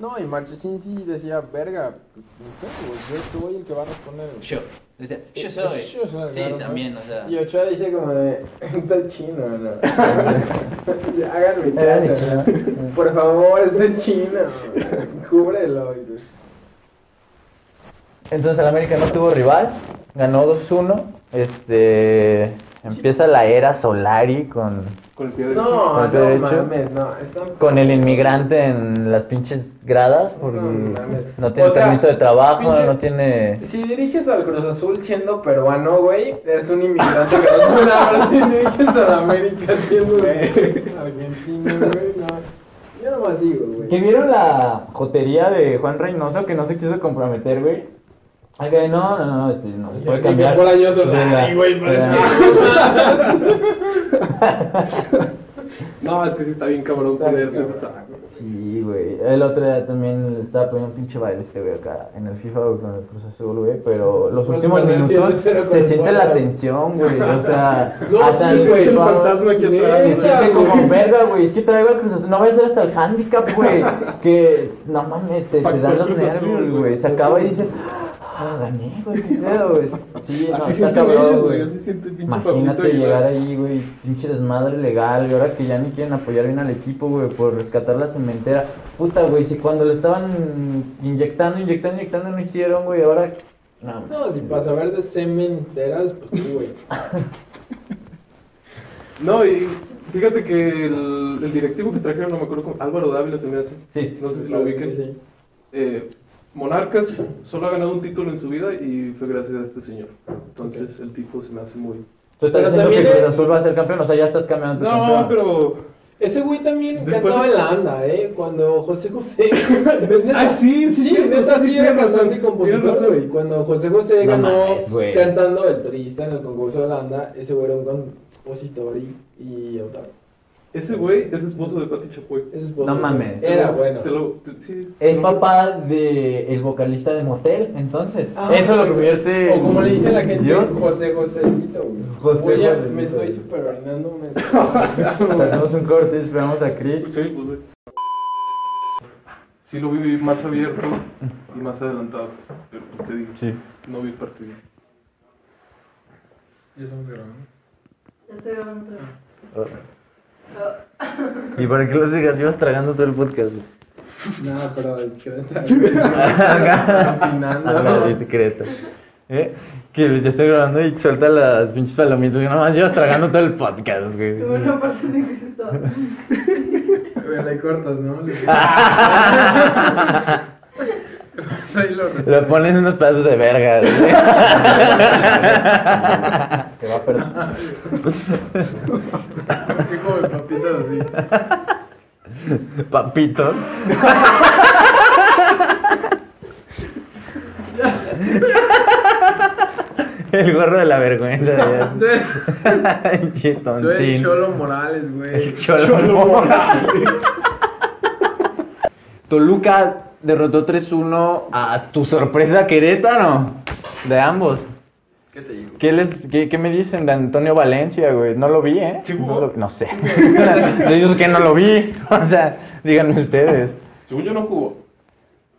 Speaker 3: No, y Marchesín sí decía, verga, no sé, güey, yo soy el que va a responder. güey".
Speaker 1: Yo. Decía, yo soy.
Speaker 3: Yo soy,
Speaker 1: Sí,
Speaker 3: claro,
Speaker 1: también, o sea.
Speaker 3: Y Ochoa dice como de, está el chino, ¿no? Háganme caso, ¿no? Por favor, es el chino. Cúbrelo. dice.
Speaker 1: Entonces el América no tuvo rival, ganó 2-1. Este Empieza la era Solari con,
Speaker 4: Con el pie derecho.
Speaker 3: No,
Speaker 1: ¿Cuánto he
Speaker 3: no
Speaker 1: hecho?
Speaker 3: mames, no. Están...
Speaker 1: con el inmigrante en las pinches gradas porque
Speaker 3: No mames.
Speaker 1: no tiene
Speaker 3: O sea,
Speaker 1: permiso de trabajo,
Speaker 3: pinche-
Speaker 1: no tiene...
Speaker 3: Si diriges al Cruz Azul siendo peruano, güey, eres un inmigrante que no es una Ahora si diriges al América siendo de argentino, güey, no. Yo nomás digo,
Speaker 1: ¿Que
Speaker 3: güey.
Speaker 1: vieron la jotería de Juan Reynoso que no se quiso comprometer, güey? Ay, que no, no, no, este, no se puede
Speaker 3: Y
Speaker 1: cambiar.
Speaker 3: que por años
Speaker 1: de la-
Speaker 3: Ay, güey,
Speaker 1: de
Speaker 3: parece-
Speaker 4: No, es que sí está bien cabrón
Speaker 3: Está bien,
Speaker 4: ponerse
Speaker 3: cabrón.
Speaker 4: esos arcos.
Speaker 1: Sí, güey. El otro día también le estaba poniendo un pinche baile este güey acá en el FIFA güey, con el Cruz Azul, güey. Pero los
Speaker 3: Pues,
Speaker 1: últimos
Speaker 3: perder
Speaker 1: minutos
Speaker 3: 7-0 con
Speaker 1: se
Speaker 3: el
Speaker 1: siente la
Speaker 3: Puebla.
Speaker 1: tensión, güey. O sea,
Speaker 3: No,
Speaker 1: hasta
Speaker 3: sí,
Speaker 1: el-
Speaker 3: güey, el
Speaker 1: todo-
Speaker 4: fantasma aquí atrás.
Speaker 1: Se siente
Speaker 3: Neta,
Speaker 1: como
Speaker 3: güey.
Speaker 1: verga, güey. Es que traigo al Cruz Azul. No vaya a ser hasta el handicap, güey. Que no mames, te, te
Speaker 4: Factor
Speaker 1: dan los
Speaker 4: Cruz Azul,
Speaker 1: nervios, güey.
Speaker 4: güey.
Speaker 1: Se acaba y dices, ah, gané, güey. qué pedo, güey. Sí, no,
Speaker 4: Así
Speaker 1: está
Speaker 4: siente
Speaker 1: cabrón, güey.
Speaker 4: ellos, güey. Así siente el pinche Pablito
Speaker 1: Imagínate llegar
Speaker 4: Aguilar.
Speaker 1: ahí, güey, pinche desmadre legal, y ahora que ya ni quieren apoyar bien al equipo, güey, por rescatar la cementera. Puta, güey, si cuando le estaban inyectando, inyectando, inyectando, no hicieron, güey, ahora... No,
Speaker 3: No, si para saber de cementeras, pues sí, güey.
Speaker 4: No, y fíjate que el, el directivo que trajeron, no me acuerdo cómo, Álvaro Dávila se me hace.
Speaker 1: Sí.
Speaker 4: No sé si lo ubiquen.
Speaker 3: Sí.
Speaker 4: Eh, Monarcas solo ha ganado un título en su vida y fue gracias a este señor. Entonces el tipo se me hace muy...
Speaker 1: Tú estás
Speaker 3: Pero
Speaker 1: diciendo que
Speaker 3: también
Speaker 1: Cruz
Speaker 3: es-
Speaker 1: Azul va a ser campeón, o sea, ya estás cambiando tu
Speaker 4: No,
Speaker 1: campeón.
Speaker 4: pero...
Speaker 3: Ese güey también
Speaker 4: Después-
Speaker 3: cantaba en la anda, ¿eh? Cuando José José.
Speaker 4: Ay, sí, sí,
Speaker 3: sí,
Speaker 4: cierto,
Speaker 3: neta,
Speaker 4: sí,
Speaker 3: sí,
Speaker 4: tienes
Speaker 3: era
Speaker 4: razón,
Speaker 3: cantante y
Speaker 4: tienes
Speaker 3: compositor,
Speaker 4: razón.
Speaker 3: güey. Cuando José José
Speaker 1: No
Speaker 3: ganó
Speaker 1: mames, güey.
Speaker 3: cantando el triste en el concurso de la anda, ese güey era un compositor y, y autor.
Speaker 4: Ese güey es esposo de Pati Chapoy.
Speaker 3: Ese esposo,
Speaker 1: No
Speaker 3: güey.
Speaker 1: mames.
Speaker 3: Era
Speaker 4: Te lo-
Speaker 3: Ah, bueno.
Speaker 4: te lo- te- sí, te
Speaker 1: Es
Speaker 4: lo-
Speaker 1: papá del el vocalista de Motel, entonces.
Speaker 3: Ah,
Speaker 1: Eso lo
Speaker 3: güey.
Speaker 1: convierte...
Speaker 3: O como le dice la gente,
Speaker 1: Dios.
Speaker 3: José José Vito, güey.
Speaker 1: José
Speaker 3: Oye,
Speaker 1: José
Speaker 3: me
Speaker 1: Vito.
Speaker 3: estoy super orinando. Me
Speaker 1: Hacemos un corte, esperamos a Chris.
Speaker 4: Sí, pues sí. Sí lo vi vivir más abierto y más adelantado. Pero pues, te digo,
Speaker 1: Sí.
Speaker 4: no vi el partido.
Speaker 5: Ya estoy grabando, Ah, pero- pero-
Speaker 1: ¿Y para qué lo sigas? Llevas tragando todo el podcast. güey.
Speaker 3: Nada, pero discreta. güey. Opinando.
Speaker 1: Ah, sí, secreto. ¿Eh? Que pues, ya estoy grabando y suelta las pinches palomitas. Que nomás llevas tragando todo el podcast, güey.
Speaker 5: Tuve una parte de Cristo.
Speaker 3: Pero le cortas, ¿no? Le- Ahí lo res-
Speaker 1: Lo pones unos pedazos de verga. Se va a perder.
Speaker 3: así como de papitas así.
Speaker 1: Papitos. El gorro de la vergüenza. ya. Che,
Speaker 3: Soy
Speaker 1: tontín.
Speaker 3: el Cholo Morales, güey.
Speaker 1: Cholo Mora. Toluca derrotó 3-1 a tu sorpresa Querétaro. De ambos.
Speaker 3: ¿Qué te digo?
Speaker 1: ¿Qué, les, qué, qué me dicen de Antonio Valencia, güey? No lo vi, ¿eh?
Speaker 4: Sí,
Speaker 1: no,
Speaker 4: jugó.
Speaker 1: lo- no sé. Yo es que no lo vi. O sea, díganme ustedes.
Speaker 4: Según yo no jugó.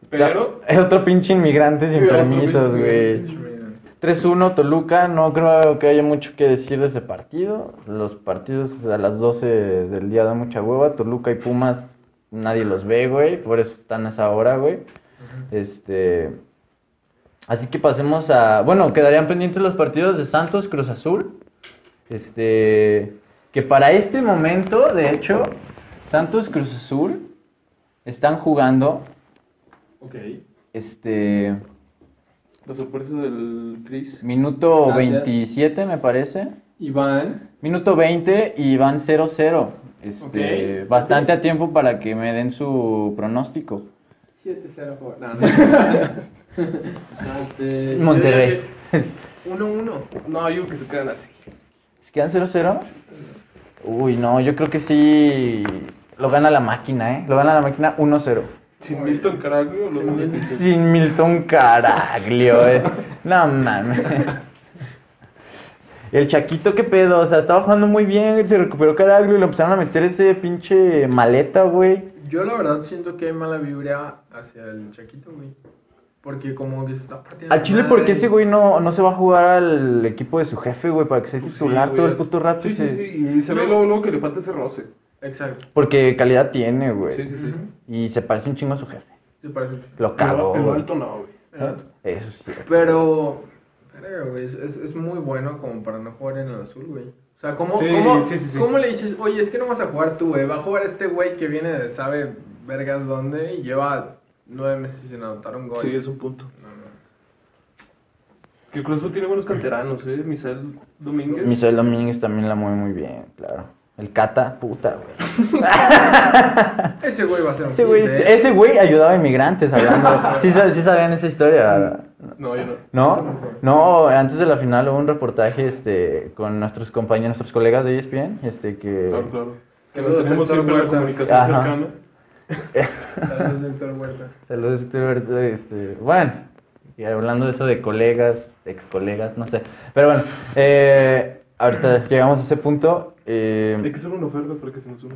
Speaker 4: Pero.
Speaker 1: Es otro pinche inmigrante sin
Speaker 4: Sí, otro
Speaker 1: permisos,
Speaker 4: pinche
Speaker 1: güey.
Speaker 4: inmigrante.
Speaker 1: 3-1 Toluca, no creo que haya mucho que decir de ese partido. Los partidos a las 12 del día dan mucha hueva. Toluca y Pumas, nadie los ve, güey. Por eso están a esa hora, güey. Este. Así que pasemos a. Bueno, quedarían pendientes los partidos de Santos Cruz Azul. Este. Que para este momento, de hecho, Santos Cruz Azul están jugando.
Speaker 3: Ok.
Speaker 1: Este.
Speaker 4: La sorpresa del Chris.
Speaker 1: Minuto
Speaker 3: Gracias.
Speaker 1: 27, me parece.
Speaker 3: Iván.
Speaker 1: Minuto 20 y van 0-0. Este,
Speaker 3: Ok,
Speaker 1: bastante
Speaker 3: ok.
Speaker 1: a tiempo para que me den su pronóstico.
Speaker 3: 7-0 por. No, no. Este,
Speaker 1: Monterrey.
Speaker 3: yo diría que 1-1.
Speaker 4: No, yo creo que se quedan así.
Speaker 1: ¿Se quedan 0-0? Uy, no, yo creo que sí lo gana la máquina, ¿eh? Lo gana la máquina 1-0.
Speaker 4: Sin Milton Caraglio, lo
Speaker 1: Sin Milton Caraglio, eh. No mames. El Chaquito, qué pedo, o sea, estaba jugando muy bien, se recuperó Caraglio y lo empezaron a meter ese pinche maleta, güey.
Speaker 3: Yo la verdad siento que hay mala vibra hacia el Chaquito, güey. Porque como que se está partiendo.
Speaker 1: Al Chile, ¿por qué ese güey no, no se va a jugar al equipo de su jefe, güey? Para que sea titular todo el puto rato.
Speaker 4: Pues Sí,
Speaker 1: y
Speaker 4: sí,
Speaker 1: se-
Speaker 4: sí. Y se ve luego, luego que le falta ese roce.
Speaker 3: Exacto.
Speaker 1: Porque calidad tiene, güey.
Speaker 4: Sí, sí, sí.
Speaker 3: Ujú.
Speaker 1: Y se parece un chingo a su jefe.
Speaker 3: Te parece.
Speaker 1: Lo
Speaker 4: Pero
Speaker 1: cago,
Speaker 4: pero
Speaker 1: güey.
Speaker 4: alto no, güey.
Speaker 1: Eso sí.
Speaker 3: Pero. Verga, güey, es, es- es muy bueno como para no jugar en el azul, güey. O sea, ¿cómo,
Speaker 4: Sí,
Speaker 3: cómo,
Speaker 4: sí, sí, sí.
Speaker 3: cómo le dices, oye, es que no vas a jugar tú, güey? Va a jugar este güey que viene de sabe vergas dónde y lleva nueve meses sin anotar un gol.
Speaker 4: Sí, es un punto.
Speaker 3: No, no.
Speaker 4: Que Cruz Azul tiene buenos canteranos, ¿eh? Misael Domínguez.
Speaker 1: Michelle Domínguez también la mueve muy bien, claro. El Cata, puta, güey.
Speaker 3: Ese güey va a ser un
Speaker 1: Ese güey,
Speaker 3: hit, ¿eh?
Speaker 1: ese güey ayudaba a inmigrantes hablando. Sí, sa- sí sabían esa historia.
Speaker 4: No, yo no.
Speaker 1: ¿No? No, antes de la final hubo un reportaje este con nuestros compañeros, nuestros colegas de ESPN, este que
Speaker 4: Claro, claro. Que
Speaker 3: Saludos, Héctor
Speaker 4: mantenemos siempre la
Speaker 3: Huerta.
Speaker 4: comunicación
Speaker 1: Ajá.
Speaker 4: cercana.
Speaker 3: Saludos, Héctor Huerta.
Speaker 1: Saludos, Stuart, este, bueno, y hablando de eso de colegas, ex colegas, no sé. Pero bueno, eh, ahorita llegamos a ese punto. eh,
Speaker 4: Hay que hacer una oferta para que se nos una.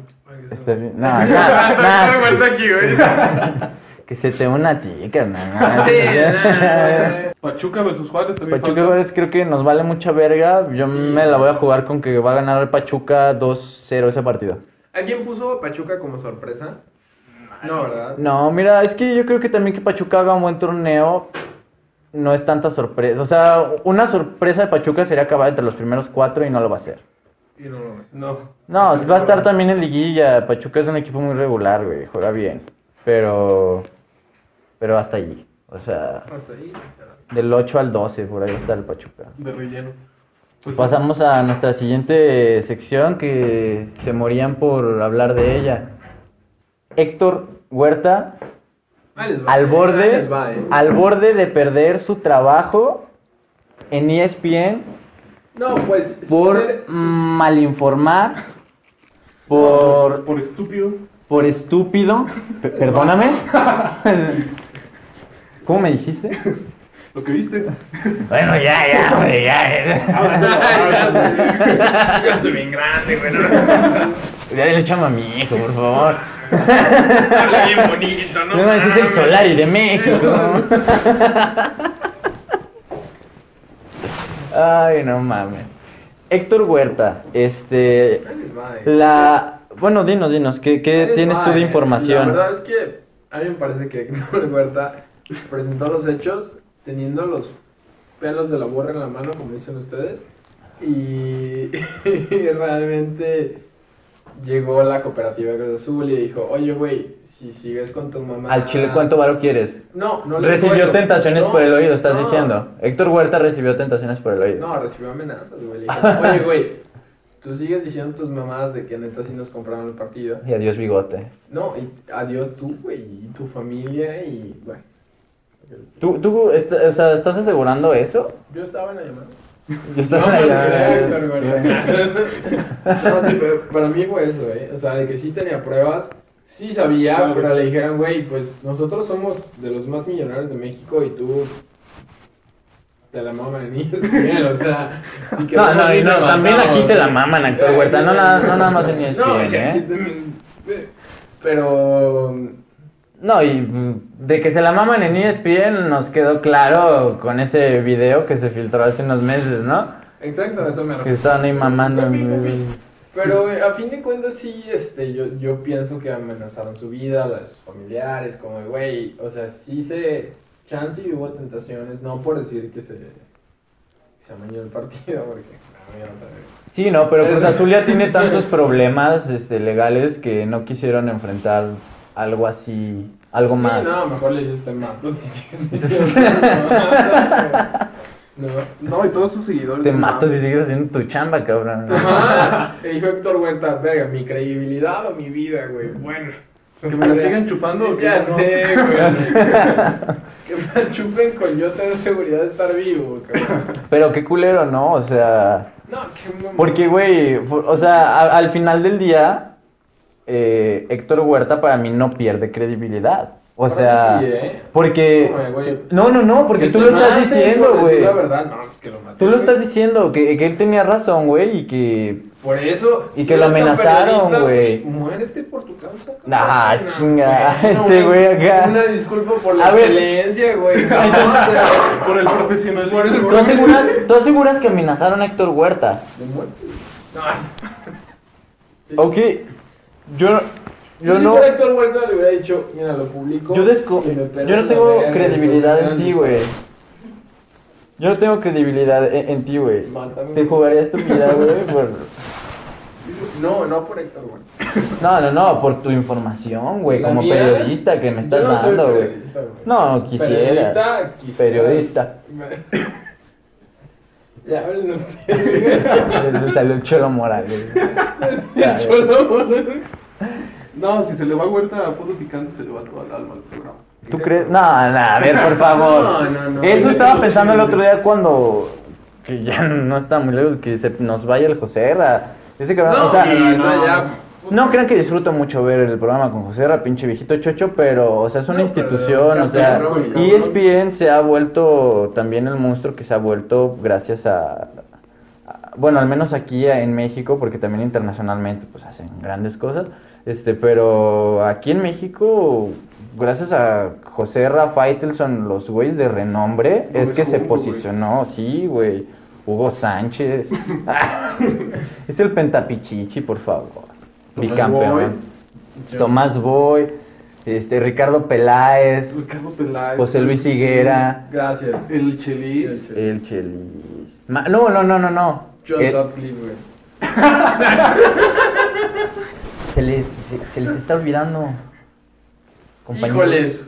Speaker 1: está bien. No, no, no,
Speaker 4: Ah,
Speaker 3: Huerta aquí, Ah, güey.
Speaker 1: que se te una a ti, carnal.
Speaker 3: Sí,
Speaker 4: Pachuca versus Juárez también
Speaker 1: Pachuca
Speaker 4: falta.
Speaker 1: Juárez creo que nos vale mucha verga. Yo me la voy a jugar con que va a ganar el Pachuca 2-0 ese partido.
Speaker 3: ¿Alguien puso a Pachuca como sorpresa? No, ¿verdad?
Speaker 1: No, mira, es que yo creo que también que Pachuca haga un buen torneo no es tanta sorpresa. O sea, una sorpresa de Pachuca sería acabar entre los primeros cuatro y no lo va a hacer.
Speaker 3: Y no lo ves.
Speaker 4: No.
Speaker 1: No, va a estar también en liguilla. Pachuca es un equipo muy regular, güey. Juega bien. Pero. Pero hasta allí. O sea,
Speaker 3: Hasta ahí.
Speaker 1: del 8 al 12, por ahí va a estar el Pachuca. Pues
Speaker 4: De relleno.
Speaker 1: Pasamos a nuestra siguiente sección que se morían por hablar de ella. Héctor Huerta
Speaker 3: Ahí les va.
Speaker 1: al
Speaker 3: Ahí
Speaker 1: borde,
Speaker 3: les va, eh.
Speaker 1: al borde de perder su trabajo en E ESPN
Speaker 3: No, pues.
Speaker 1: por
Speaker 3: ser-
Speaker 1: malinformar, por,
Speaker 4: Por estúpido.
Speaker 1: por estúpido. P- perdóname. ¿Cómo me dijiste?
Speaker 4: Lo que viste.
Speaker 1: Bueno, ya, ya, güey, ya.
Speaker 3: Yo estoy bien grande, güey. no-
Speaker 1: Ya le echamos a mi hijo, por favor.
Speaker 3: Habla bien bonito, ¿no?
Speaker 1: No, ese es el Solari de México. Ay, no mames. Héctor Huerta, este.
Speaker 3: Ahí les va, eh.
Speaker 1: La. Bueno, dinos, dinos, ¿qué, qué
Speaker 3: Ahí les
Speaker 1: tienes
Speaker 3: va,
Speaker 1: tú de
Speaker 3: eh.
Speaker 1: información?
Speaker 3: La verdad es que a mí me parece que Héctor Huerta presentó los hechos teniendo los pelos de la burra en la mano, como dicen ustedes, y, y realmente llegó la cooperativa de Cruz Azul y dijo, oye, güey, si sigues con tu mamá...
Speaker 1: Al Chile, ¿cuánto varo quieres?
Speaker 3: No, no le dijo
Speaker 1: Recibió
Speaker 3: eso.
Speaker 1: tentaciones
Speaker 3: No,
Speaker 1: por el oído, estás
Speaker 3: no.
Speaker 1: diciendo. Héctor Huerta recibió tentaciones por el oído.
Speaker 3: No, recibió amenazas, güey. Le dijeron, Oye, güey, tú sigues diciendo tus mamadas de que neta sí nos compraron el partido.
Speaker 1: Y adiós, bigote.
Speaker 3: No, y adiós tú, güey, y tu familia, y bueno.
Speaker 1: ¿Tú, tú est- o sea, estás asegurando eso?
Speaker 3: Yo estaba en la llamada.
Speaker 1: Yo
Speaker 3: No,
Speaker 1: estaba
Speaker 3: pero
Speaker 1: allá.
Speaker 3: sí, Héctor Huerta. No, sí, pero para mí fue eso, ¿eh? O sea, de que sí tenía pruebas, sí sabía,
Speaker 4: Claro.
Speaker 3: pero le dijeron, güey, pues nosotros somos de los más millonarios de México y tú te la maman en E ESPN, o sea... si
Speaker 1: No,
Speaker 3: queremos
Speaker 1: no, y no,
Speaker 3: dinero,
Speaker 1: también aquí se
Speaker 3: sí.
Speaker 1: la maman a Héctor Huerta, no nada, no nada más en ESPN,
Speaker 3: No,
Speaker 1: ¿eh?
Speaker 3: ya, yo también, eh, Pero.
Speaker 1: No, y mm, de que se la maman en E ESPN nos quedó claro con ese video que se filtró hace unos meses, ¿no?
Speaker 3: Exacto, a eso me
Speaker 1: Que
Speaker 3: refiero.
Speaker 1: estaban ahí mamando.
Speaker 3: Papi, papi.
Speaker 1: en-
Speaker 3: Pero eh, a fin de cuentas, sí, este, yo, yo pienso que amenazaron su vida, a sus familiares, como, güey, o sea, sí se. Chance y hubo tentaciones, no por decir que se. que se amañó el partido, porque. a mí no te-
Speaker 1: Sí, no, pero Cruz Azul ya tiene tantos problemas este, legales que no quisieron enfrentar algo así, algo
Speaker 3: Sí,
Speaker 1: más.
Speaker 3: no, mejor le dices te mato si sigues diciendo mamadas, güey. No.
Speaker 4: No, y todos sus seguidores.
Speaker 1: Te
Speaker 4: no
Speaker 1: mato si
Speaker 4: mames.
Speaker 1: sigues haciendo tu chamba, cabrón.
Speaker 3: Ajá. Le dijo Héctor Huerta, verga, mi credibilidad o mi vida, güey. Bueno.
Speaker 4: Que me la sigan chupando. o que
Speaker 3: Ya
Speaker 4: no?
Speaker 3: sé, güey. que me la chupen con yo tener seguridad de estar vivo, cabrón.
Speaker 1: Pero qué culero, ¿no? O sea...
Speaker 3: No, qué mamón.
Speaker 1: Porque, güey, por- o sea, a- al final del día, eh, Héctor Huerta para mí no pierde credibilidad. O
Speaker 3: Para
Speaker 1: sea,
Speaker 3: mí sí, ¿eh?
Speaker 1: porque...
Speaker 3: Como de, güey,
Speaker 1: No, no, no, porque
Speaker 3: que
Speaker 1: tú
Speaker 3: te
Speaker 1: lo estás
Speaker 3: maten
Speaker 1: diciendo,
Speaker 3: por decir
Speaker 1: güey.
Speaker 3: la verdad, no, es que lo maté.
Speaker 1: Tú lo estás
Speaker 3: güey.
Speaker 1: diciendo, que, que él tenía razón, güey, y que...
Speaker 3: Por eso.
Speaker 1: Y
Speaker 3: si
Speaker 1: que lo
Speaker 3: eres tan
Speaker 1: amenazaron,
Speaker 3: periodista,
Speaker 1: güey.
Speaker 3: Muérete por tu causa, cabrón.
Speaker 1: Ah,
Speaker 3: Bueno,
Speaker 1: chinga,
Speaker 3: bueno,
Speaker 1: este güey acá.
Speaker 3: Una disculpa por la
Speaker 1: A ver.
Speaker 3: excelencia, güey. No, o sea,
Speaker 4: Ah, Por el profesionalismo.
Speaker 3: Por eso-
Speaker 1: ¿Tú aseguras, tú aseguras que amenazaron a Héctor Huerta?
Speaker 3: de muerte. No. Sí.
Speaker 1: Ok, yo, yo
Speaker 3: si
Speaker 1: no...
Speaker 3: fuera Héctor Huerta le hubiera dicho, mira, lo publico.
Speaker 1: Yo, desco-
Speaker 3: y me
Speaker 1: yo
Speaker 3: pelan
Speaker 1: no
Speaker 3: la
Speaker 1: tengo
Speaker 3: verga,
Speaker 1: credibilidad
Speaker 3: me
Speaker 1: en ti,
Speaker 3: pelan".
Speaker 1: güey. Yo no tengo credibilidad e-, en, en ti, güey.
Speaker 3: Mátame.
Speaker 1: Te jugarías tu vida, güey, por...
Speaker 3: No, no por Héctor, güey.
Speaker 1: No, no, no, por tu información, güey,
Speaker 3: La
Speaker 1: como
Speaker 3: mía,
Speaker 1: periodista que me estás
Speaker 3: yo no soy
Speaker 1: dando, güey.
Speaker 3: periodista, güey.
Speaker 1: No, quisiera.
Speaker 3: Periodista, quisiera.
Speaker 1: Periodista.
Speaker 3: Ya hablen ustedes.
Speaker 1: Le salió el Cholo Morales. Ya,
Speaker 4: Yo no, güey. No, si se le va a huerta a fútbol picante, se le va toda el alma al programa.
Speaker 1: ¿Tú crees? No, no, a ver, por favor.
Speaker 3: No, no, no.
Speaker 1: Eso estaba pensando el otro día cuando. Que ya no está muy lejos, que se nos vaya el José Ra. Ese cabrón, o sea,
Speaker 4: no, no.
Speaker 1: No crean que disfruto mucho ver el programa con José Ra, pinche viejito chocho, pero, o sea, es una
Speaker 3: No, pero
Speaker 1: institución, o
Speaker 3: cabrón,
Speaker 1: sea, E
Speaker 3: cabrón.
Speaker 1: ESPN se ha vuelto también el monstruo que se ha vuelto gracias a, a- bueno, al menos aquí en México, porque también internacionalmente, pues, hacen grandes cosas, este, pero aquí en México, gracias a José Ra, Faitelson, los güeyes de renombre, es
Speaker 4: Gómez
Speaker 1: que se
Speaker 4: Junco, güey.
Speaker 1: posicionó, sí, güey, Hugo Sánchez, es el pentapichichi, por favor,
Speaker 4: Tomás Boy.
Speaker 1: bicampeón. Tomás Boy, este, Ricardo Peláez,
Speaker 4: Ricardo Peláez.
Speaker 1: José Luis Higuera,
Speaker 3: Gracias.
Speaker 4: El Chelis.
Speaker 1: el Chelis. Ma- no, no, no, no, no.
Speaker 3: John
Speaker 1: Eh,
Speaker 3: Sutcliffe, güey.
Speaker 1: se, les, se, se les está olvidando. compañeros.
Speaker 3: Híjoles.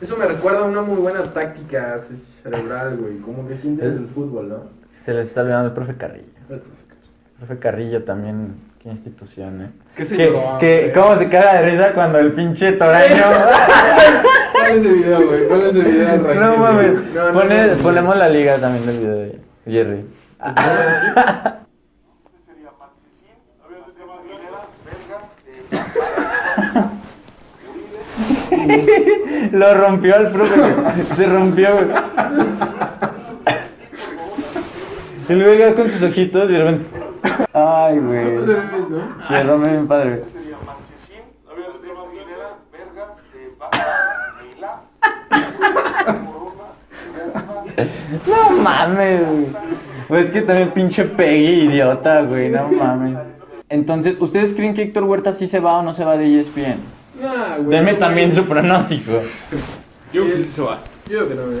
Speaker 3: Eso me recuerda a una muy buena táctica ce- cerebral, güey. Como que sientes
Speaker 1: ¿Eh?
Speaker 3: el fútbol, ¿no?
Speaker 1: Se les está olvidando el profe Carrillo. El profe Carrillo también, qué institución, eh.
Speaker 4: ¿Qué se
Speaker 1: Que,
Speaker 4: lloró,
Speaker 1: que,
Speaker 4: güey?
Speaker 1: ¿Cómo se caga de risa cuando el pinche Toraño?
Speaker 3: ¿Cuál es el video, güey? ¿Cuál es el video? Raquel?
Speaker 1: no mames.
Speaker 3: No, no,
Speaker 1: Pone-
Speaker 3: no, Ah, no.
Speaker 1: ponemos la liga también del video de Jerry. Ah. Lo rompió el profe. Se rompió, güey. Y luego llega con sus ojitos y de repente- Ay, güey. Perdón, mi padre. No mames, güey. Pues es que también pinche Peggy, idiota, güey. No mames. Entonces, ¿ustedes creen que Héctor Huerta sí se va o no se va de E ESPN?
Speaker 3: Nah, güey.
Speaker 1: Denme
Speaker 3: no,
Speaker 1: también
Speaker 3: güey.
Speaker 1: su pronóstico.
Speaker 4: Yo creo que sí se va.
Speaker 3: Yo creo que no, güey.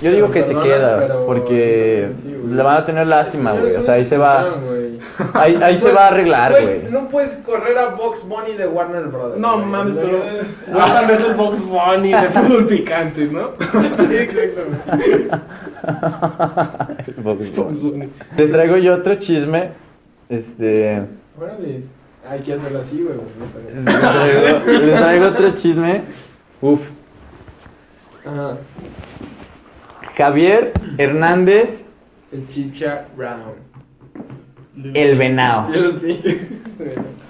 Speaker 1: Yo digo que se
Speaker 3: Perdonas,
Speaker 1: queda,
Speaker 3: pero-
Speaker 1: porque
Speaker 3: Sí, güey.
Speaker 1: le van a tener lástima,
Speaker 3: Señor,
Speaker 1: güey.
Speaker 3: es
Speaker 1: O
Speaker 3: una
Speaker 1: sea, ahí se va.
Speaker 3: institución, güey.
Speaker 1: Ahí, ahí se
Speaker 3: Güey,
Speaker 1: va a arreglar, güey.
Speaker 3: No puedes correr a Box Bunny de Warner Brothers.
Speaker 4: No
Speaker 3: güey.
Speaker 4: mames,
Speaker 3: O sea,
Speaker 4: pero. No, tal vez el Box Bunny de fútbol picante, ¿no?
Speaker 3: Sí, exactamente.
Speaker 4: Bugs Bunny.
Speaker 1: Les traigo yo otro chisme. Este.
Speaker 3: Órale. Hay que hacerlo así, güey. no está bien.
Speaker 1: Les traigo, les traigo otro chisme. Uf.
Speaker 3: Ajá.
Speaker 1: Javier Hernández,
Speaker 3: El Chicha Brown.
Speaker 1: el venao.
Speaker 3: El pi-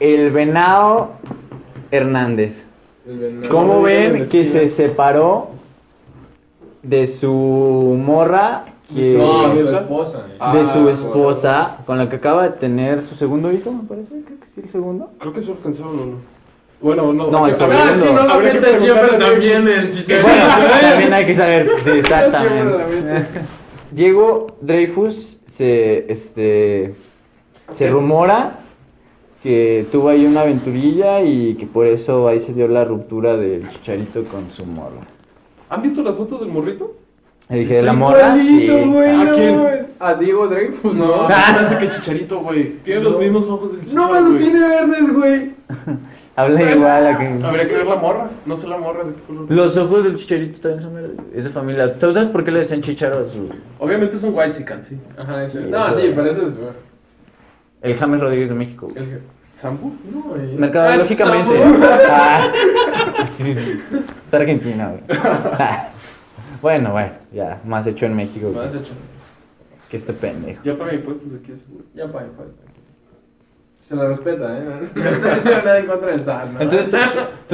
Speaker 1: El venao Hernández.
Speaker 3: El venado.
Speaker 1: ¿Cómo ven
Speaker 4: el
Speaker 1: que se
Speaker 4: espino.
Speaker 1: separó de su morra? Que...
Speaker 3: No, su esposa.
Speaker 4: Ah,
Speaker 1: de su
Speaker 4: bueno.
Speaker 1: esposa, con la que acaba de tener su segundo hijo, me parece, creo que sí, el segundo.
Speaker 4: Creo que se alcanzaron uno. Bueno, no.
Speaker 1: No, el
Speaker 4: habrá-
Speaker 1: segundo.
Speaker 4: sí, no, habría que pues, preguntarle a Davis.
Speaker 3: Chicha
Speaker 1: Bueno, también hay que saber, sí, exactamente.
Speaker 3: Siempre
Speaker 1: Diego Dreyfus se, este, se rumora que tuvo ahí una aventurilla y que por eso ahí se dio la ruptura del chicharito con su morra.
Speaker 4: ¿Han visto las fotos del morrito?
Speaker 1: Le dije, ¿de la morra? Sí. Ah.
Speaker 4: ¿A quién?
Speaker 3: ¿A Diego Dreyfus? No.
Speaker 4: No, parece que Chicharito, güey. Tiene los
Speaker 3: No.
Speaker 4: mismos ojos del
Speaker 3: No
Speaker 4: Chicharito,
Speaker 3: me los
Speaker 4: güey.
Speaker 3: tiene verdes, güey.
Speaker 1: Habla igual a que...
Speaker 4: Habría que ver la morra. No sé la morra de qué color.
Speaker 1: Los ojos del chicharito también son verdes. Es de familia. ¿Tú sabes por qué le decían chicharo a su...
Speaker 4: Obviamente es un white chican, sí.
Speaker 3: Ajá, eso.
Speaker 1: Sí,
Speaker 3: No,
Speaker 1: eso.
Speaker 3: sí, pero eso es. güey.
Speaker 1: El James Rodríguez de México? güey.
Speaker 3: El-
Speaker 4: ¿Sambu?
Speaker 3: No, güey.
Speaker 1: Mercadológicamente.
Speaker 3: Ah, chingada, güey.
Speaker 1: Ah, sí, sí. es Argentina, güey. Bueno, bueno, ya, más hecho en México
Speaker 3: Me has
Speaker 1: que,
Speaker 3: hecho.
Speaker 1: que este pendejo.
Speaker 4: Ya para mi puesto aquí es güey.
Speaker 3: Ya, pa, pa. Se la respeta, ¿eh? No tengo nada en contra del SAT, ¿no?
Speaker 1: Entonces, ¿tú,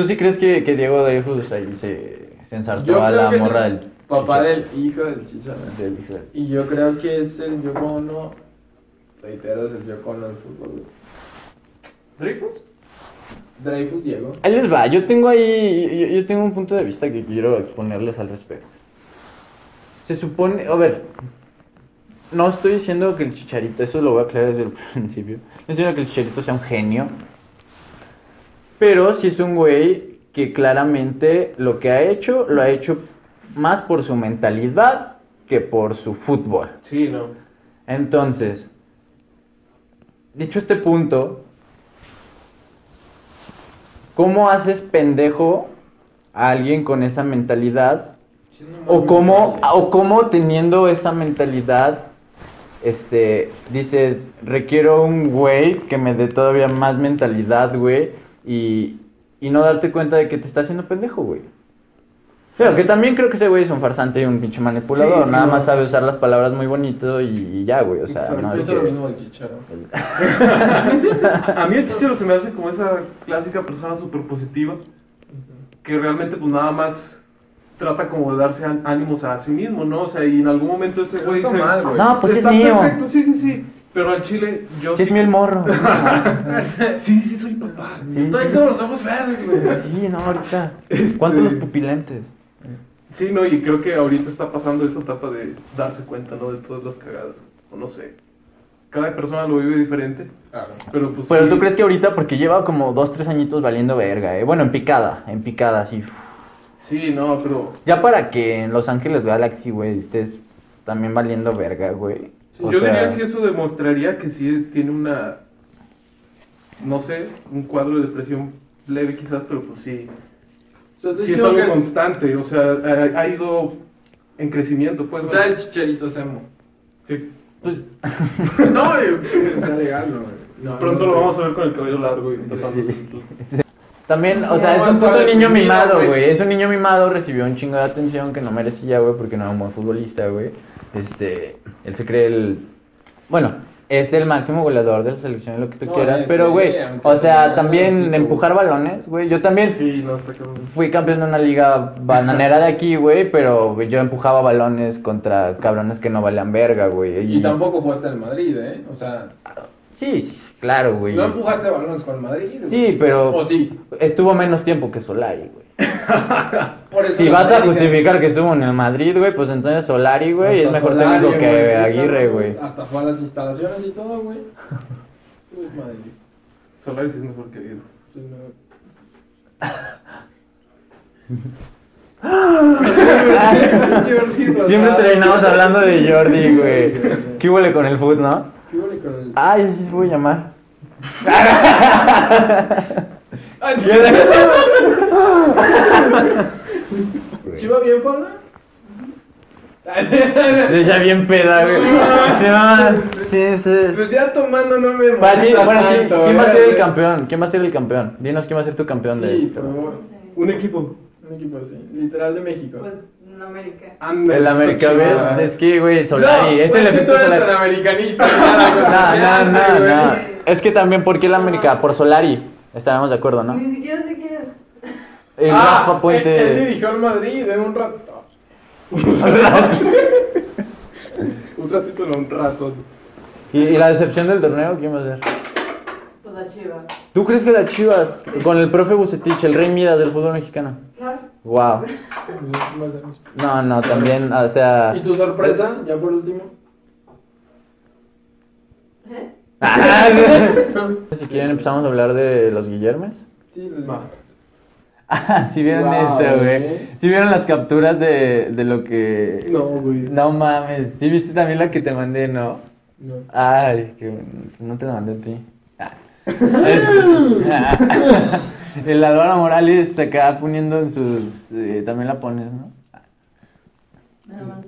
Speaker 1: tú sí crees que, que Diego Dreyfus ahí se, se ensartó
Speaker 3: Yo
Speaker 1: a
Speaker 3: creo
Speaker 1: la
Speaker 3: que es
Speaker 1: morra
Speaker 3: el
Speaker 1: del...
Speaker 3: papá del hijo del Chicharo.
Speaker 1: del hijo del-
Speaker 3: Y yo creo que es el Yoko Ono. Reitero, es el Yoko Ono del fútbol. güey.
Speaker 4: ¿Dreyfus?
Speaker 3: Dreyfus Diego.
Speaker 1: Ahí les va, yo tengo ahí, yo, yo tengo un punto de vista que quiero exponerles al respecto. Se supone, a ver, no estoy diciendo que el chicharito, eso lo voy a aclarar desde el principio, no estoy diciendo que el chicharito sea un genio, pero sí es un güey que claramente lo que ha hecho, lo ha hecho más por su mentalidad que por su fútbol.
Speaker 2: Sí, no.
Speaker 1: Entonces, dicho este punto, ¿cómo haces pendejo a alguien con esa mentalidad?
Speaker 3: Siendo más
Speaker 1: ¿O cómo,
Speaker 3: mental.
Speaker 1: o cómo teniendo esa mentalidad, este, dices, requiero un güey que me dé todavía más mentalidad, güey, y, y no darte cuenta de que te está haciendo pendejo, güey? Pero que también creo que ese güey es un farsante y un pinche manipulador,
Speaker 2: Sí, sí,
Speaker 1: nada
Speaker 2: no.
Speaker 1: más sabe usar las palabras muy bonito y, y ya, güey, o sea,
Speaker 2: Exacto.
Speaker 1: no
Speaker 3: Yo
Speaker 1: es
Speaker 3: hice lo
Speaker 1: que-
Speaker 3: mismo del chicharo.
Speaker 2: A mí el chichero se me hace como esa clásica persona súper positiva que realmente pues nada más trata como de darse án- ánimos a sí mismo, ¿no? O sea, y en algún momento ese güey
Speaker 3: Está
Speaker 2: dice...
Speaker 3: mal, güey.
Speaker 1: No, pues
Speaker 2: Está
Speaker 1: es mío.
Speaker 2: perfecto, sí, sí, sí. Pero al chile yo
Speaker 1: Si es mío el morro.
Speaker 2: Sí, sí, soy papá.
Speaker 1: Sí,
Speaker 3: Estoy todos los ojos verdes, güey.
Speaker 1: Sí, no, ahorita.
Speaker 2: Este-
Speaker 1: ¿Cuántos los pupilentes?
Speaker 2: Sí, no, y creo que ahorita está pasando esa etapa de darse cuenta, ¿no? De todas las cagadas. O no sé. Cada persona lo vive diferente.
Speaker 3: Claro.
Speaker 2: Pero pues.
Speaker 1: Pero
Speaker 2: sí.
Speaker 1: tú crees que ahorita, porque lleva como dos, tres añitos valiendo verga, ¿eh? Bueno, en picada, en picada, así.
Speaker 2: Sí, no, pero.
Speaker 1: Ya para que en Los Ángeles Galaxy, güey, estés también valiendo verga, güey.
Speaker 2: Sí,
Speaker 1: O
Speaker 2: yo
Speaker 1: sea,
Speaker 2: diría que eso demostraría que sí tiene una. No sé, un cuadro de depresión leve quizás, pero pues sí.
Speaker 3: O sea, sí,
Speaker 2: Sí Pues es
Speaker 3: creo
Speaker 2: algo
Speaker 3: que es-
Speaker 2: constante, o sea, ha, ha ido en crecimiento, pues.
Speaker 3: O
Speaker 2: ¿no?
Speaker 3: sea, el chicharito es emo.
Speaker 2: Sí.
Speaker 1: Pues,
Speaker 3: No, güey, está legal, no, güey. No,
Speaker 2: Pronto
Speaker 3: no,
Speaker 2: lo
Speaker 3: no.
Speaker 2: vamos a ver con el cabello largo y tatuándose.
Speaker 1: También, o
Speaker 3: No,
Speaker 1: sea, es un
Speaker 3: está
Speaker 1: puto niño
Speaker 3: deprimido,
Speaker 1: mimado,
Speaker 3: güey.
Speaker 1: güey. Es un niño mimado, recibió un chingo de atención que no merecía, güey, porque no era un buen futbolista, güey. Este, él se cree el. Bueno, es el máximo goleador de la selección, lo que tú
Speaker 3: No,
Speaker 1: quieras,
Speaker 3: eh,
Speaker 1: pero,
Speaker 3: sí,
Speaker 1: güey,
Speaker 3: aunque
Speaker 1: o
Speaker 3: tenga
Speaker 1: sea,
Speaker 3: un
Speaker 1: también
Speaker 3: hocico,
Speaker 1: empujar balones, güey. Yo también
Speaker 2: Sí, no, está cabrón.
Speaker 1: fui campeón de una liga bananera de aquí, güey, pero yo empujaba balones contra cabrones que no valían verga, güey.
Speaker 3: Y tampoco jugaste en el Madrid, ¿eh? O sea,
Speaker 1: Sí, sí, claro, güey.
Speaker 3: no empujaste balones con el Madrid. güey.
Speaker 1: Sí, pero
Speaker 3: O sí.
Speaker 1: estuvo menos tiempo que Solari, güey.
Speaker 3: Por eso
Speaker 1: Si
Speaker 3: la
Speaker 1: vas a
Speaker 3: América-
Speaker 1: justificar que estuvo en el Madrid, güey, pues entonces Solari, güey,
Speaker 3: Hasta
Speaker 1: es mejor
Speaker 3: Solari,
Speaker 1: técnico que
Speaker 3: güey, sí,
Speaker 1: Aguirre,
Speaker 3: claro,
Speaker 1: güey.
Speaker 3: Hasta fue a las instalaciones y todo, güey. Sí, es madridista.
Speaker 2: Solari sí es mejor que Guido.
Speaker 3: Sí, no. Es divertido,
Speaker 1: Siempre
Speaker 3: ¿sabes?
Speaker 1: terminamos hablando de Jordi, güey. ¿Qué huele con el food, no?
Speaker 3: Qué bueno con el-
Speaker 1: Ay, así voy a llamar.
Speaker 3: Ay, sí. ¿Sí va bien, Paula?
Speaker 1: Ya bien peda, güey. Sí, mamá. Sí, sí.
Speaker 3: Pues ya tomando no me
Speaker 1: Para ti,
Speaker 3: molesta
Speaker 1: bueno, sí,
Speaker 3: tanto,
Speaker 1: ¿quién va a
Speaker 3: ¿verdad?
Speaker 1: ser el campeón? ¿Quién va a ser el campeón? Dinos quién va a ser tu campeón
Speaker 3: Sí,
Speaker 1: de
Speaker 3: por favor.
Speaker 2: Un equipo.
Speaker 3: Un equipo así, literal de México.
Speaker 5: Pues en América.
Speaker 1: El América,
Speaker 2: América
Speaker 1: güey. Es que, güey, Solari, es
Speaker 3: pues
Speaker 1: el
Speaker 3: que
Speaker 1: efecto
Speaker 3: tú eres
Speaker 1: Solari.
Speaker 3: tan americanista.
Speaker 1: No, no, no, no.
Speaker 5: güey.
Speaker 1: Es que también, ¿por qué el
Speaker 3: Ah.
Speaker 1: América? Por Solari. Estábamos de acuerdo, ¿no?
Speaker 5: Ni siquiera sé quién es.
Speaker 1: El
Speaker 3: ah,
Speaker 1: Rafa
Speaker 3: Él, él
Speaker 1: Puente.
Speaker 3: dirigió al Madrid de un rato.
Speaker 2: Un ratito no, un rato.
Speaker 1: ¿Y, y la decepción del torneo? ¿Quién va a ser?
Speaker 5: Pues la Chiva.
Speaker 1: ¿Tú crees que las Chivas, con el profe Bucetich, el rey Midas del fútbol mexicano?
Speaker 5: Claro.
Speaker 1: Wow. No, no, también, o sea...
Speaker 3: ¿Y tu sorpresa? Ya por último.
Speaker 5: ¿Eh?
Speaker 1: si quieren empezamos a hablar de los Guillermes.
Speaker 3: Sí, les
Speaker 2: Va.
Speaker 1: Ah, si vieron
Speaker 3: Wow,
Speaker 1: esto, güey.
Speaker 3: eh.
Speaker 1: Si vieron las capturas de, de lo que.
Speaker 2: No, güey.
Speaker 1: No mames. Si viste también la que te mandé, ¿no?
Speaker 3: No.
Speaker 1: Ay, que no te la mandé a ti. Ah. Es- ah. El Álvaro Morales se acaba poniendo en sus. eh, también la pones, ¿no?
Speaker 5: Nada más.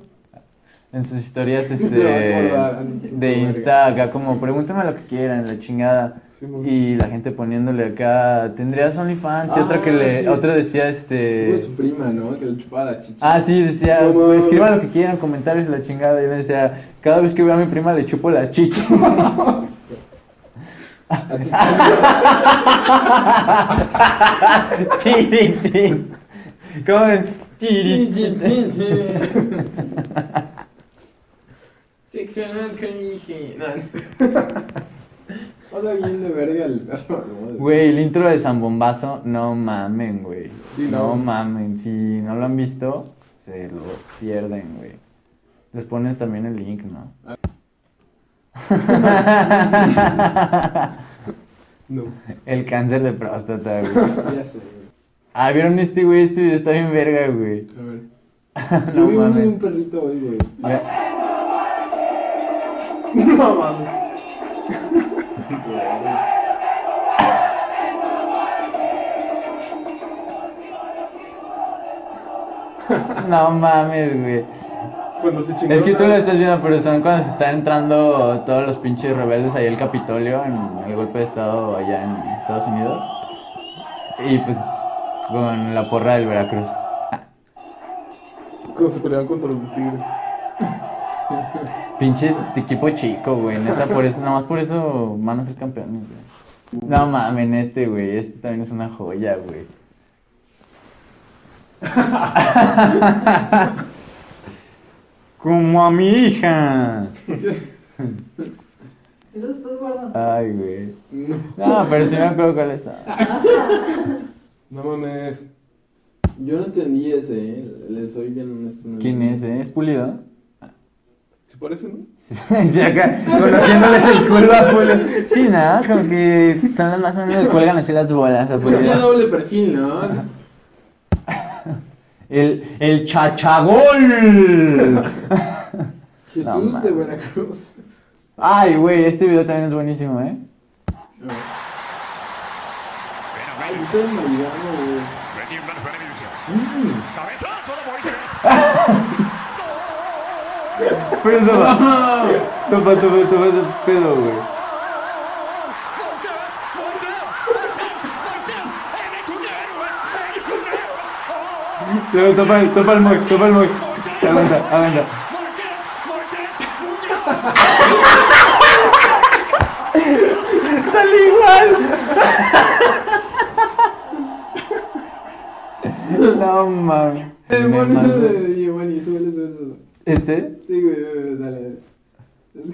Speaker 1: En sus historias este,
Speaker 3: Te va a acordar,
Speaker 1: de Insta, acá como pregúntame lo que quieran, la chingada.
Speaker 2: Sí, muy
Speaker 1: y la gente poniéndole acá, ¿tendrías OnlyFans? y
Speaker 3: Ah,
Speaker 1: otra que le,
Speaker 3: sí.
Speaker 1: otra decía este.
Speaker 3: Tuvo su prima, ¿no? Que le chupaba la chicha.
Speaker 1: Ah, sí, decía,
Speaker 2: No, no,
Speaker 1: pues,
Speaker 2: no.
Speaker 1: escriban lo que quieran, comentarios y la chingada. Y me decía, cada vez que veo a mi prima le chupo las chichas. Tiri, tiri. ¿Cómo es? Tiri,
Speaker 3: Sí, sí,
Speaker 1: tiri.
Speaker 3: sí, sí. Seccional canijinal. Hola, bien de verga el perro. ¿no?
Speaker 1: Güey, el intro de San Bombazo, no mamen, güey.
Speaker 2: Sí,
Speaker 1: no.
Speaker 2: no.
Speaker 1: mamen, si no lo han visto, se lo pierden, güey. Les pones también el link, ¿no?
Speaker 2: No.
Speaker 1: el cáncer de próstata, güey.
Speaker 3: Ya sé, güey.
Speaker 1: Ah, ¿vieron este, güey? Este video está bien verga, güey.
Speaker 3: A ver. Yo
Speaker 1: No
Speaker 3: vi uno de
Speaker 1: mames.
Speaker 3: un perrito hoy, güey.
Speaker 1: Ya-
Speaker 4: No mames.
Speaker 1: No mames, güey.
Speaker 4: Cuando se chingó.
Speaker 1: Es que tú lo
Speaker 4: una-
Speaker 1: estás viendo, pero son cuando se están entrando todos los pinches rebeldes ahí al Capitolio en el golpe de Estado allá en Estados Unidos. Y pues con la porra del Veracruz.
Speaker 4: Cuando se peleaban contra los tigres.
Speaker 1: Pinches equipo chico, güey. Neta, por eso, nomás por eso van a ser campeones, güey. No mamen, este, güey. Este también es una joya, güey. Como a mi hija.
Speaker 5: Si los estás guardando.
Speaker 1: Ay, güey.
Speaker 3: No.
Speaker 1: No, pero sí me acuerdo cuáles son.
Speaker 4: No mames.
Speaker 3: Yo no entendí ese, eh. Le soy bien honesto. no
Speaker 1: ¿Quién es,
Speaker 3: entendí.
Speaker 1: eh? ¿Es Pulido?
Speaker 4: ¿Se parece, no?
Speaker 1: ya acá, conociéndoles el culo a Pulido. Sí, nada, como que son las más o menos que cuelgan así las bolas a
Speaker 3: Pues tiene
Speaker 1: Pulido.
Speaker 3: doble perfil, ¿no?
Speaker 1: El, el chachagol. No,
Speaker 3: Jesús
Speaker 1: man.
Speaker 3: de Veracruz.
Speaker 1: Ay, güey, este video también es buenísimo, ¿eh?
Speaker 3: No. Estoy maridando, güey. Mm.
Speaker 1: Pero topa, topa, topa, topa ese pedo, güey. Luego topa, el- topa el mox, topa el mox. Aguanta, aguanta. ¡Sale igual! No mames.
Speaker 3: Eh,
Speaker 1: Me
Speaker 3: bueno,
Speaker 1: mando.
Speaker 3: eh, y bueno, y súbele, súbele, súbele.
Speaker 1: ¿Este?
Speaker 3: Sí, güey, güey, dale, dale.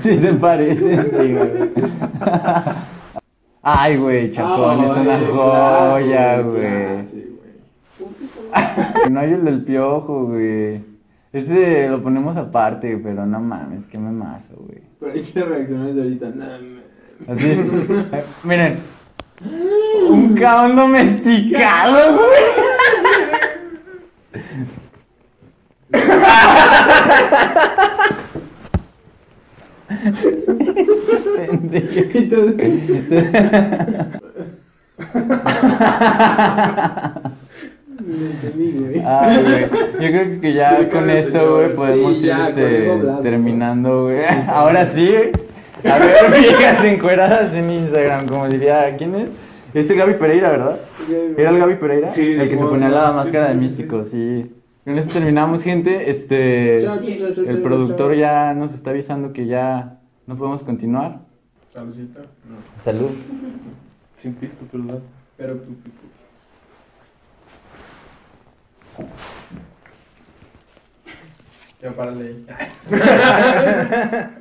Speaker 1: Sí, te parece. Sí, güey. Ay, güey, Chacón, es una
Speaker 3: Ay,
Speaker 1: joya,
Speaker 3: clase,
Speaker 1: güey.
Speaker 3: clase, güey.
Speaker 1: No hay el del piojo, güey. Ese lo ponemos aparte, pero no mames, que me mazo, güey.
Speaker 3: Pero hay que reaccionar desde ahorita. No, mames.
Speaker 1: Así. eh, Miren. Un caón domesticado, güey. Pendejo.
Speaker 3: Entonces, me entendí, güey.
Speaker 1: Ay, güey. Yo creo que
Speaker 4: Yo
Speaker 1: ya
Speaker 4: creo
Speaker 1: con
Speaker 4: que
Speaker 1: esto,
Speaker 4: señor.
Speaker 1: güey, podemos
Speaker 3: Sí,
Speaker 1: ir
Speaker 3: ya,
Speaker 1: este,
Speaker 3: con Ego Blas,
Speaker 1: terminando,
Speaker 3: ¿no?
Speaker 1: güey.
Speaker 3: Sí, ya.
Speaker 1: Ahora sí, güey. A ver, viejas encueradas en Instagram, como diría, ¿quién es? Ese Gaby Pereira, ¿verdad? ¿Era el Gaby Pereira?
Speaker 4: Sí,
Speaker 1: el que se
Speaker 4: Simón,
Speaker 1: ponía la
Speaker 4: Simón.
Speaker 1: máscara de
Speaker 4: Sí, sí, sí,
Speaker 1: místico, sí. Con eso terminamos, gente. Este,
Speaker 3: Chao, chao, chao, chao,
Speaker 1: el
Speaker 3: chao,
Speaker 1: productor
Speaker 3: chao.
Speaker 1: ya nos está avisando que ya no podemos continuar.
Speaker 3: Saludcita, no.
Speaker 1: Salud.
Speaker 4: Sin pisto, ¿verdad?
Speaker 3: Pero tú, tú, tú. Ya párale ahí.